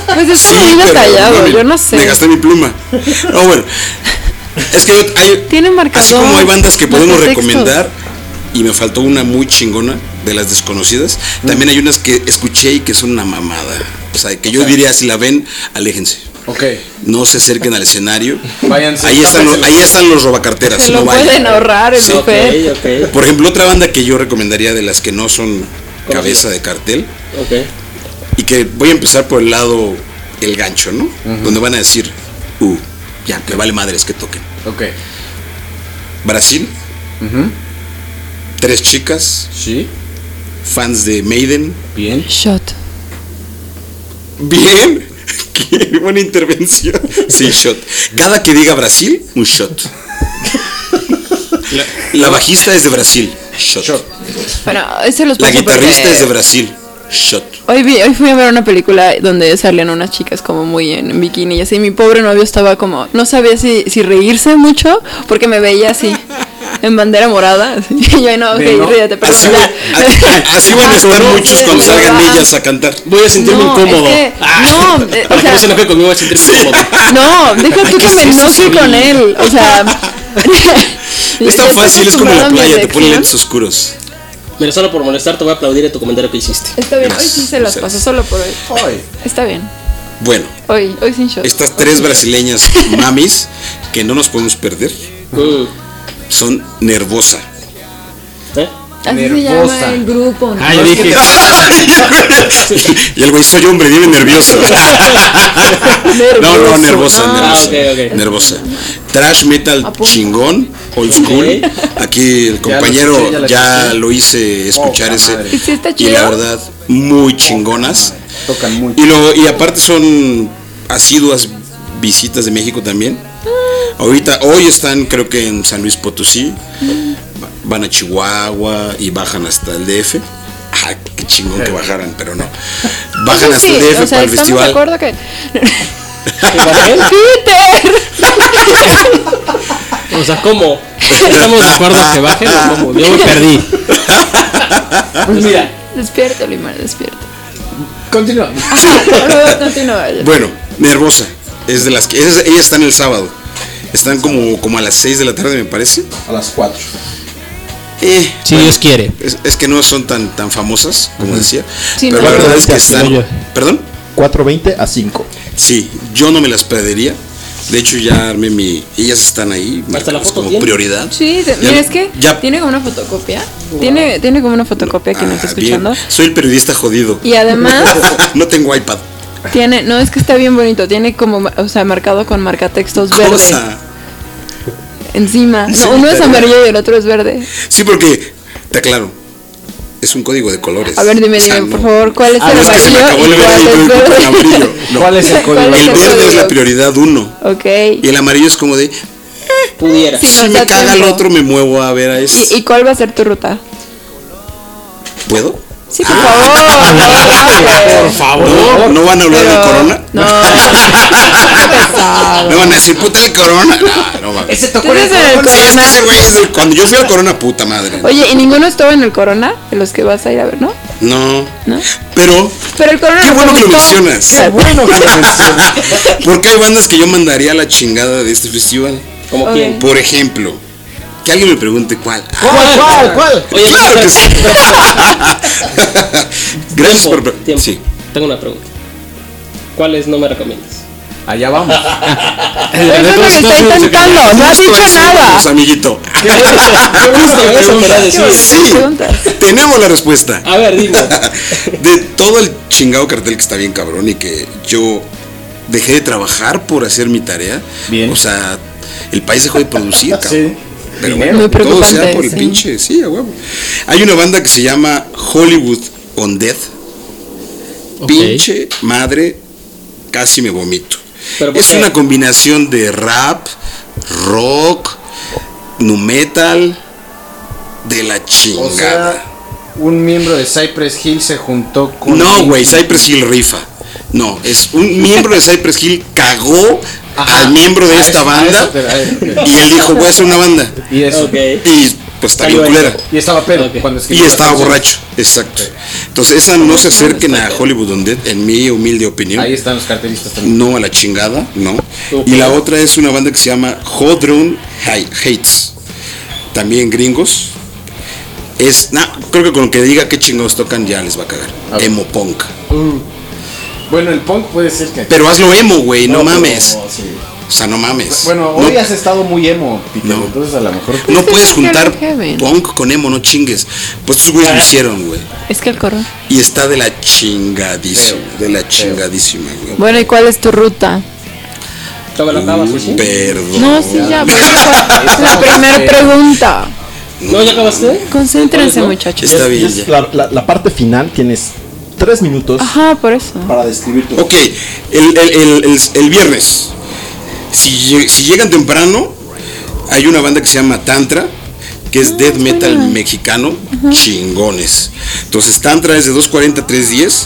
Speaker 5: Pues está
Speaker 6: Sí,
Speaker 5: muy
Speaker 6: pero
Speaker 5: detallado,
Speaker 6: mamen,
Speaker 5: yo no
Speaker 6: Me
Speaker 5: sé.
Speaker 6: gasté mi
Speaker 5: *laughs*
Speaker 6: pluma. No, bueno. Es que yo- hay,
Speaker 5: Tiene marcador.
Speaker 6: así como hay bandas que podemos
Speaker 5: marca texto.
Speaker 6: recomendar, y me faltó una muy chingona de las desconocidas. También hay unas que escuché y que son una mamada. O sea, que yo diría, si la ven, aléjense.
Speaker 8: Ok.
Speaker 6: No se acerquen al escenario.
Speaker 8: Váyanse,
Speaker 6: Ahí están, los,
Speaker 8: tápense.
Speaker 6: ahí están los robacarteras.
Speaker 5: Se lo
Speaker 6: no vayan.
Speaker 5: pueden ahorrar el
Speaker 6: Sí.
Speaker 5: buffet.
Speaker 8: ok,
Speaker 6: Por ejemplo, otra banda que yo recomendaría de las que no son cabeza de cartel
Speaker 8: ok.
Speaker 6: y que voy a empezar por el lado el gancho, ¿no? Donde van a decir, uh, ya, me vale madres que toquen.
Speaker 8: Ok.
Speaker 6: Brasil,
Speaker 8: Ujú.
Speaker 6: tres chicas,
Speaker 8: Sí.
Speaker 6: fans de Maiden.
Speaker 8: Bien.
Speaker 5: Shot.
Speaker 6: Bien, *laughs* qué buena intervención. Sí, shot. Cada que diga Brasil, un shot. La bajista es de Brasil, shot.
Speaker 5: Bueno, ese los
Speaker 6: La
Speaker 5: paso
Speaker 6: guitarrista
Speaker 5: porque
Speaker 6: es de Brasil, shot.
Speaker 5: Hoy, vi- hoy fui a ver una película donde salían unas chicas como muy en, en bikini y así. Mi pobre novio estaba como, no sabía si, si reírse mucho porque me veía
Speaker 6: *laughs*
Speaker 5: así, en bandera morada. así. *laughs* Y yo, no, ok,
Speaker 8: De no-
Speaker 5: ríete, pero
Speaker 6: Así,
Speaker 5: ya".
Speaker 6: van- a- *laughs* así van a estar
Speaker 5: Ajá,
Speaker 6: muchos
Speaker 5: sí,
Speaker 6: cuando
Speaker 5: sí,
Speaker 6: salgan
Speaker 5: ajá.
Speaker 6: ellas a cantar.
Speaker 4: Voy a sentirme
Speaker 5: No,
Speaker 4: incómodo.
Speaker 5: es que-
Speaker 4: Ah, *laughs*
Speaker 5: no, eh, o
Speaker 4: para que
Speaker 5: sea-
Speaker 4: no se enoje conmigo, voy a sentirme incómodo.
Speaker 5: *laughs* No, deja tú
Speaker 4: ¿qué
Speaker 5: que
Speaker 4: es
Speaker 5: me
Speaker 4: eso,
Speaker 5: enoje
Speaker 4: Solín?
Speaker 5: con él. O
Speaker 6: *laughs*
Speaker 5: sea. *laughs*
Speaker 6: Es
Speaker 5: yo
Speaker 6: tan
Speaker 5: estoy
Speaker 6: fácil, es como
Speaker 5: acostumbrada a
Speaker 6: la
Speaker 5: mi
Speaker 6: playa, te ponen
Speaker 5: erección.
Speaker 6: lentes oscuros.
Speaker 4: Mira, solo por molestar te voy a aplaudir en tu comentario que hiciste.
Speaker 5: Está bien, hoy sí se las pasó solo por hoy. Está bien,
Speaker 6: Bueno,
Speaker 5: hoy, hoy sin shot.
Speaker 6: estas tres brasileñas mamis que no nos podemos perder
Speaker 4: Mm.
Speaker 6: son Nervosa.
Speaker 4: ¿Eh?
Speaker 5: Así se
Speaker 8: Nervosa.
Speaker 5: llama el grupo.
Speaker 4: Ah, yo dije.
Speaker 6: *laughs* y el güey soy hombre, vive nervioso. no, no, nervosa,
Speaker 4: Ah,
Speaker 6: nervosa.
Speaker 4: ok, ok.
Speaker 6: Nervosa. Trash metal chingón, old school. Aquí el compañero
Speaker 8: escuché, ya la
Speaker 6: ya,
Speaker 8: escuché.
Speaker 6: lo hice escuchar
Speaker 8: Poca
Speaker 6: ese.
Speaker 8: madre.
Speaker 5: ¿Y sí está
Speaker 6: y
Speaker 5: chido?
Speaker 6: la verdad, muy chingonas.
Speaker 8: Tocan muy
Speaker 6: Y, lo, y aparte son asiduas visitas de México también. Ahorita, hoy están creo que en San Luis Potosí. Va- Van a Chihuahua y bajan hasta el DF. Ah, qué chingón que bajaran, pero no. Bajan
Speaker 5: Eso
Speaker 6: hasta el
Speaker 5: sí,
Speaker 6: DF
Speaker 5: o sea,
Speaker 6: para el
Speaker 5: estamos de
Speaker 6: festival.
Speaker 5: acuerdo que. *laughs*
Speaker 6: *laughs*
Speaker 4: O sea, ¿cómo? ¿Estamos de acuerdo que bajen o cómo? Yo me perdí. Pues mira,
Speaker 5: Despierta, Limar, despierta.
Speaker 8: Continúa.
Speaker 5: Ahora continúa.
Speaker 6: Bueno, Nervosa. Es de las que. Ellas, ellas están el sábado. Están como, como a las 6 de la tarde, me parece.
Speaker 2: A las 4.
Speaker 6: Eh,
Speaker 4: si Dios quiere.
Speaker 6: es, es que no son tan, tan famosas, como decía.
Speaker 5: Sí,
Speaker 6: pero
Speaker 5: no.
Speaker 6: la verdad es que
Speaker 4: Oye.
Speaker 6: están. ¿Perdón?
Speaker 2: 4.20 a 5.
Speaker 6: Sí, yo no me las perdería. De hecho, ya armé mi. Ellas están ahí,
Speaker 4: Hasta la
Speaker 6: marcadas
Speaker 4: foto
Speaker 6: como
Speaker 4: tiene.
Speaker 6: prioridad.
Speaker 5: Sí, te-
Speaker 6: Ya-
Speaker 5: mira, es que
Speaker 6: ya-
Speaker 5: tiene como una fotocopia. Tiene, tiene como una fotocopia que nos está
Speaker 6: Ah, bien.
Speaker 5: escuchando.
Speaker 6: Soy el periodista jodido.
Speaker 5: Y además,
Speaker 6: *laughs* no tengo iPad.
Speaker 5: tiene. No, es que está bien bonito. Tiene como, o sea, marcado con marcatextos Pues verde
Speaker 6: Cosa.
Speaker 5: encima.
Speaker 6: Sí,
Speaker 5: No, uno es
Speaker 6: está bien.
Speaker 5: amarillo y el otro es verde.
Speaker 6: Sí, porque, te aclaro, es un código de colores.
Speaker 5: A ver, dime,
Speaker 6: O sea,
Speaker 5: dime,
Speaker 6: no-
Speaker 5: por favor, ¿cuál es
Speaker 6: Ah,
Speaker 5: el
Speaker 6: no, es que se me acabó
Speaker 5: amarillo
Speaker 6: el
Speaker 5: y cuál
Speaker 6: verde y
Speaker 5: es
Speaker 6: tuve que
Speaker 5: verde?
Speaker 6: comprar amarillo.
Speaker 5: *laughs*
Speaker 6: No.
Speaker 8: ¿Cuál es el código?
Speaker 5: ¿Cuál es
Speaker 6: El verde es la
Speaker 5: código?
Speaker 6: prioridad uno.
Speaker 5: Ok.
Speaker 6: Y el amarillo es como de, "Pues,
Speaker 4: Pudiera.
Speaker 5: Sí,
Speaker 6: si
Speaker 5: nos
Speaker 6: me
Speaker 5: da
Speaker 6: caga el
Speaker 5: tiempo.
Speaker 6: otro, me muevo a ver a
Speaker 5: ¿Y, y
Speaker 6: ese.
Speaker 5: cuál va a ser tu ruta?
Speaker 6: ¿Puedo?
Speaker 5: Sí, por *laughs* favor.
Speaker 6: Por favor. No, no van a hablar del corona.
Speaker 5: No.
Speaker 6: No van a decir, puta el corona. No,
Speaker 5: *laughs*
Speaker 6: no mames.
Speaker 5: ¿Tú eres en el
Speaker 6: Sí, es que ese
Speaker 5: corona?
Speaker 6: güey es del- Cuando yo fui al corona, puta madre.
Speaker 5: Oye, ¿y ninguno estuvo en el corona? De los que vas a ir a ver, ¿no?
Speaker 6: No.
Speaker 5: ¿No?
Speaker 6: Pero,
Speaker 5: Pero el corona.
Speaker 6: Qué
Speaker 5: lo
Speaker 6: bueno que lo
Speaker 5: publicó.
Speaker 6: mencionas. Qué
Speaker 5: bueno que lo
Speaker 6: *laughs* porque hay bandas que yo mandaría a la chingada de este festival.
Speaker 4: ¿Como quién?
Speaker 6: Por ejemplo, que alguien me pregunte cuál. Ah,
Speaker 8: ¿Cuál? ¿Cuál?
Speaker 4: Oye,
Speaker 6: Claro
Speaker 4: pero-
Speaker 6: que sí. Gracias
Speaker 4: Tiempo,
Speaker 6: por.
Speaker 4: tiempo.
Speaker 6: Sí.
Speaker 4: Tengo una pregunta. ¿Cuáles no me recomiendas?
Speaker 8: Allá vamos.
Speaker 5: Eso es lo que estoy intentando. No has dicho
Speaker 6: Consejos,
Speaker 5: nada.
Speaker 6: amiguito. Ah,
Speaker 4: Eso quería
Speaker 5: Qué
Speaker 4: decir.
Speaker 5: buenas
Speaker 6: Sí.
Speaker 5: preguntas.
Speaker 6: *laughs* Tenemos la respuesta.
Speaker 4: A ver,
Speaker 6: *laughs*
Speaker 4: dime.
Speaker 6: De todo el chingado cartel que está bien cabrón y que yo dejé de trabajar por hacer mi tarea.
Speaker 8: Bien.
Speaker 6: O sea, el país dejó de producir, cabrón.
Speaker 8: Sí.
Speaker 6: Pero
Speaker 8: Dinero.
Speaker 6: bueno,
Speaker 5: Muy
Speaker 6: todo sea
Speaker 5: preocupante,
Speaker 6: por el
Speaker 5: sí.
Speaker 6: pinche, sí, a huevo. Hay una banda que se llama Hollywood on Death.
Speaker 4: Ok.
Speaker 6: Pinche madre, casi me vomito.
Speaker 4: Pero ¿por
Speaker 6: Es
Speaker 4: qué?
Speaker 6: una combinación de rap, rock, nu metal, de la chingada.
Speaker 8: O sea, un miembro de Cypress Hill se juntó con.
Speaker 6: No, güey, Cypress Hill rifa. No, es un miembro de Cypress Hill cagó
Speaker 8: Ajá.
Speaker 6: al miembro
Speaker 8: A
Speaker 6: de
Speaker 8: eso,
Speaker 6: esta
Speaker 8: a
Speaker 6: banda
Speaker 8: eso te- a eso, ok.
Speaker 6: y él dijo, voy a hacer una banda.
Speaker 8: Y eso.
Speaker 4: Ok.
Speaker 6: Y pues está bien
Speaker 4: Salió
Speaker 6: culera.
Speaker 4: ahí.
Speaker 8: Y estaba pedo
Speaker 4: Ok.
Speaker 8: cuando
Speaker 6: Y
Speaker 8: escribió la
Speaker 6: estaba
Speaker 8: canción.
Speaker 6: borracho, exacto. Entonces, esa no se acerquen a Hollywood on Dead, en mi humilde opinión.
Speaker 8: Ahí están los cartelistas también.
Speaker 6: No a la chingada, no. Y la otra es una banda que se llama Hodron Hi- Hates. También gringos. es. Nah, creo que con que diga qué chingados tocan ya les va a cagar. Emo punk.
Speaker 8: Bueno, el punk puede ser que.
Speaker 6: Pero hazlo emo, güey, no, mames.
Speaker 4: Oh,
Speaker 8: pero sí.
Speaker 6: O sea, no mames.
Speaker 8: Bueno,
Speaker 6: No-
Speaker 8: hoy has estado muy emo, Peter,
Speaker 6: No.
Speaker 8: entonces a lo mejor.
Speaker 6: No puedes
Speaker 5: es que
Speaker 6: juntar
Speaker 5: lo dejen.
Speaker 6: punk con emo, no chingues. Pues estos güeyes lo hicieron, güey.
Speaker 5: Es que el coro.
Speaker 6: Y está de la chingadísima. De la chingadísima, güey.
Speaker 5: Bueno, ¿y cuál es tu ruta?
Speaker 4: Todavía la
Speaker 6: Mm,
Speaker 4: acabas, ¿sí?
Speaker 6: Perdón.
Speaker 5: No, sí, *laughs* ya, por eso. *laughs* La primera pregunta.
Speaker 4: ¿No ya acabaste?
Speaker 5: Concéntrense, muchachos.
Speaker 6: Está
Speaker 2: Y
Speaker 6: bien,
Speaker 2: es
Speaker 6: ya.
Speaker 2: La, la- la parte final tienes tres minutos
Speaker 5: Ajá, por eso.
Speaker 2: para describir tu.
Speaker 6: Ok, el, el- el- el- el viernes. Si, lle- si llegan temprano, hay una banda que se llama Tantra, que es death metal mexicano, chingones. Entonces Tantra es de 2.40 a 3.10.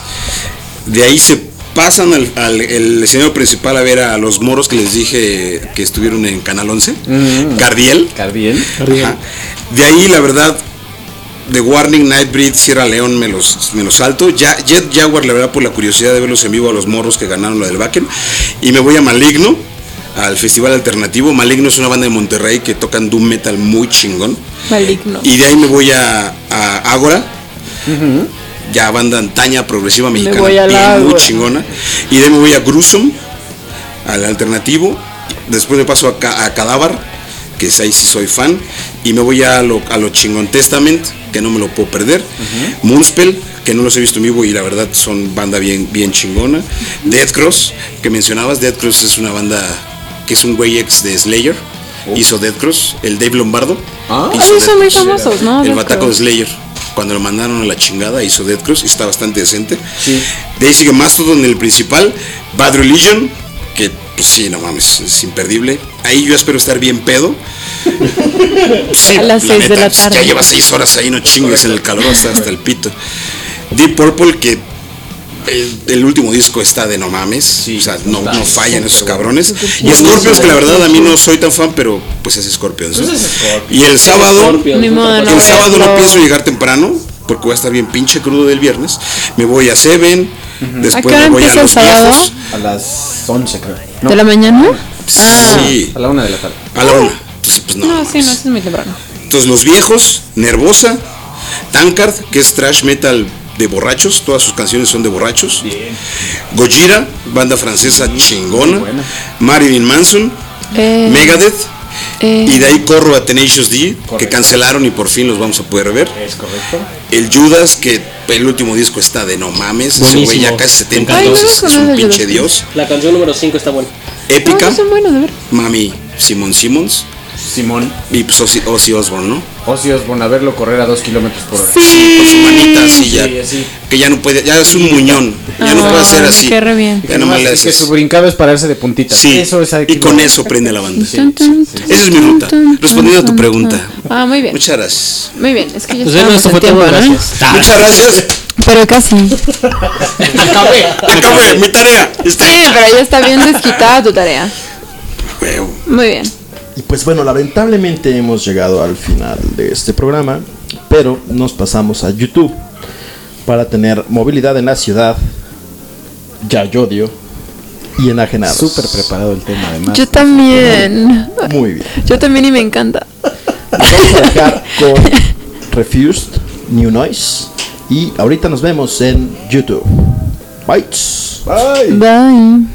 Speaker 6: De ahí se pasan al, al- el escenario principal a ver a los moros que les dije que estuvieron en Canal 11. Cardiel.
Speaker 8: Cardiel.
Speaker 6: Ajá. De ahí, la verdad, The Warning, Nightbreed, Sierra León me los, me los salto. Ya, Jet Jaguar, la verdad, por la curiosidad de verlos en vivo a los morros que ganaron la del Backen. Y me voy a Maligno, al Festival Alternativo. Maligno es una banda de Monterrey que tocan doom metal muy chingón.
Speaker 5: Maligno.
Speaker 6: Y de ahí me voy a, a Ágora. Ya banda antaña, progresiva mexicana,
Speaker 5: voy a la
Speaker 6: bien, muy
Speaker 5: Ágora.
Speaker 6: chingona. Y de ahí me voy a Grusom, al alternativo. Después me paso a, Ca- a Cadáver, que es ahí sí soy fan. Y me voy a lo, a lo chingón Testament, que no me lo puedo perder. Moonspell, que no los he visto en vivo y la verdad son banda bien, bien chingona. Dead Cross, que mencionabas. Dead Cross es una banda que es un güey ex de Slayer. Hizo Dead Cross, el Dave Lombardo.
Speaker 8: Ah.
Speaker 5: Esos
Speaker 6: hizo Dead
Speaker 5: son muy
Speaker 6: Cross.
Speaker 5: famosos, ¿no?
Speaker 6: El
Speaker 5: Death
Speaker 6: bataco de
Speaker 5: Cross.
Speaker 6: Slayer. Cuando lo mandaron a la chingada hizo Dead Cross y está bastante decente. De ahí sigue Mastodon, el principal. Bad Religion, que pues sí, no mames, es imperdible. Ahí yo espero estar bien pedo. Sí,
Speaker 5: A las
Speaker 6: la
Speaker 5: seis de la
Speaker 6: pues,
Speaker 5: tarde.
Speaker 6: Ya lleva seis horas ahí, no chingues, en el calor hasta, hasta el pito. Deep Purple, que eh, el último disco está de no mames, o sea, no, no fallan esos cabrones. Y Scorpions, que la verdad a mí no soy tan fan, pero pues es Scorpions. ¿no? Y el sábado,
Speaker 4: Scorpions,
Speaker 5: Ni
Speaker 4: no
Speaker 5: modo,
Speaker 4: te
Speaker 5: no
Speaker 6: el
Speaker 5: voy a
Speaker 6: sábado no
Speaker 5: verlo.
Speaker 6: pienso llegar temprano porque voy a estar bien pinche crudo del viernes. Me voy a Seven,
Speaker 5: ¿A
Speaker 6: después
Speaker 5: qué hora
Speaker 6: me voy a
Speaker 5: empieza el
Speaker 6: los
Speaker 5: sábado?
Speaker 6: viejos.
Speaker 8: A las 11, creo. No,
Speaker 5: ¿De la mañana?
Speaker 6: Sí,
Speaker 8: a la 1 de la tarde.
Speaker 6: a la una. Entonces, pues no.
Speaker 5: Ah. No, sí,
Speaker 6: mames.
Speaker 5: no, ese es muy temprano.
Speaker 6: Entonces los viejos, Nervosa, Tankard, que es trash metal de borrachos, todas sus canciones son de borrachos. Gojira, banda francesa chingona. Marilyn Manson,
Speaker 5: Eh,
Speaker 6: Megadeth.
Speaker 5: eh,
Speaker 6: Y de ahí corro a Tenacious D, que cancelaron y por fin los vamos a poder ver.
Speaker 4: Eh.
Speaker 8: Es correcto.
Speaker 6: El Judas, que el último disco está de no mames, ese güey ya
Speaker 4: Buenísimo.
Speaker 6: casi
Speaker 4: Me
Speaker 6: 70
Speaker 4: encantó.
Speaker 5: Ay,
Speaker 6: años,
Speaker 5: no lo
Speaker 6: es un
Speaker 5: conozco,
Speaker 6: pinche
Speaker 5: Judas.
Speaker 6: dios.
Speaker 4: La canción número 5 está buena.
Speaker 5: no,
Speaker 6: Épica,
Speaker 5: no son buenos, de ver.
Speaker 6: mami, Simon Simmons
Speaker 8: Simón.
Speaker 6: y pues Ozzy, Ozzy Osbourne, ¿no?
Speaker 8: Ozzy Osbourne, a verlo correr a 2 kilómetros por hora.
Speaker 6: Sí, con su manita así ya.
Speaker 8: Sí, así.
Speaker 6: Que ya no puede, ya es un muñón. Ya no
Speaker 5: Ay,
Speaker 6: puede hacer
Speaker 5: me
Speaker 6: así.
Speaker 5: cae re bien.
Speaker 6: Ya nomás le
Speaker 8: que
Speaker 6: haces.
Speaker 8: su brincado es pararse de puntitas.
Speaker 6: Sí,
Speaker 8: Eso es
Speaker 6: y con eso prende la banda. Esa es mi ruta. Respondiendo a tu pregunta.
Speaker 5: Ah, muy bien.
Speaker 6: Muchas gracias.
Speaker 5: Muy bien, es que ya
Speaker 4: Pues bueno,
Speaker 5: estábamos
Speaker 4: esto
Speaker 5: en
Speaker 4: fue todo.
Speaker 5: tiempo, ¿no?
Speaker 4: Gracias.
Speaker 6: Muchas gracias.
Speaker 5: Pero casi.
Speaker 4: Acabé.
Speaker 6: Acabé mi tarea. Está.
Speaker 5: Sí, *laughs* pero ya está bien desquitada tu tarea.
Speaker 6: Huevo.
Speaker 5: Muy bien.
Speaker 2: Y pues bueno, lamentablemente hemos llegado al final de este programa, pero nos pasamos a YouTube para tener movilidad en la ciudad, yayodio y enajenados.
Speaker 8: Súper preparado el tema, además.
Speaker 5: Yo también.
Speaker 2: Muy bien.
Speaker 5: Yo también y me encanta.
Speaker 2: Nos vamos a dejar con Refused, New Noise y ahorita nos vemos en YouTube. Bites.
Speaker 5: Bye.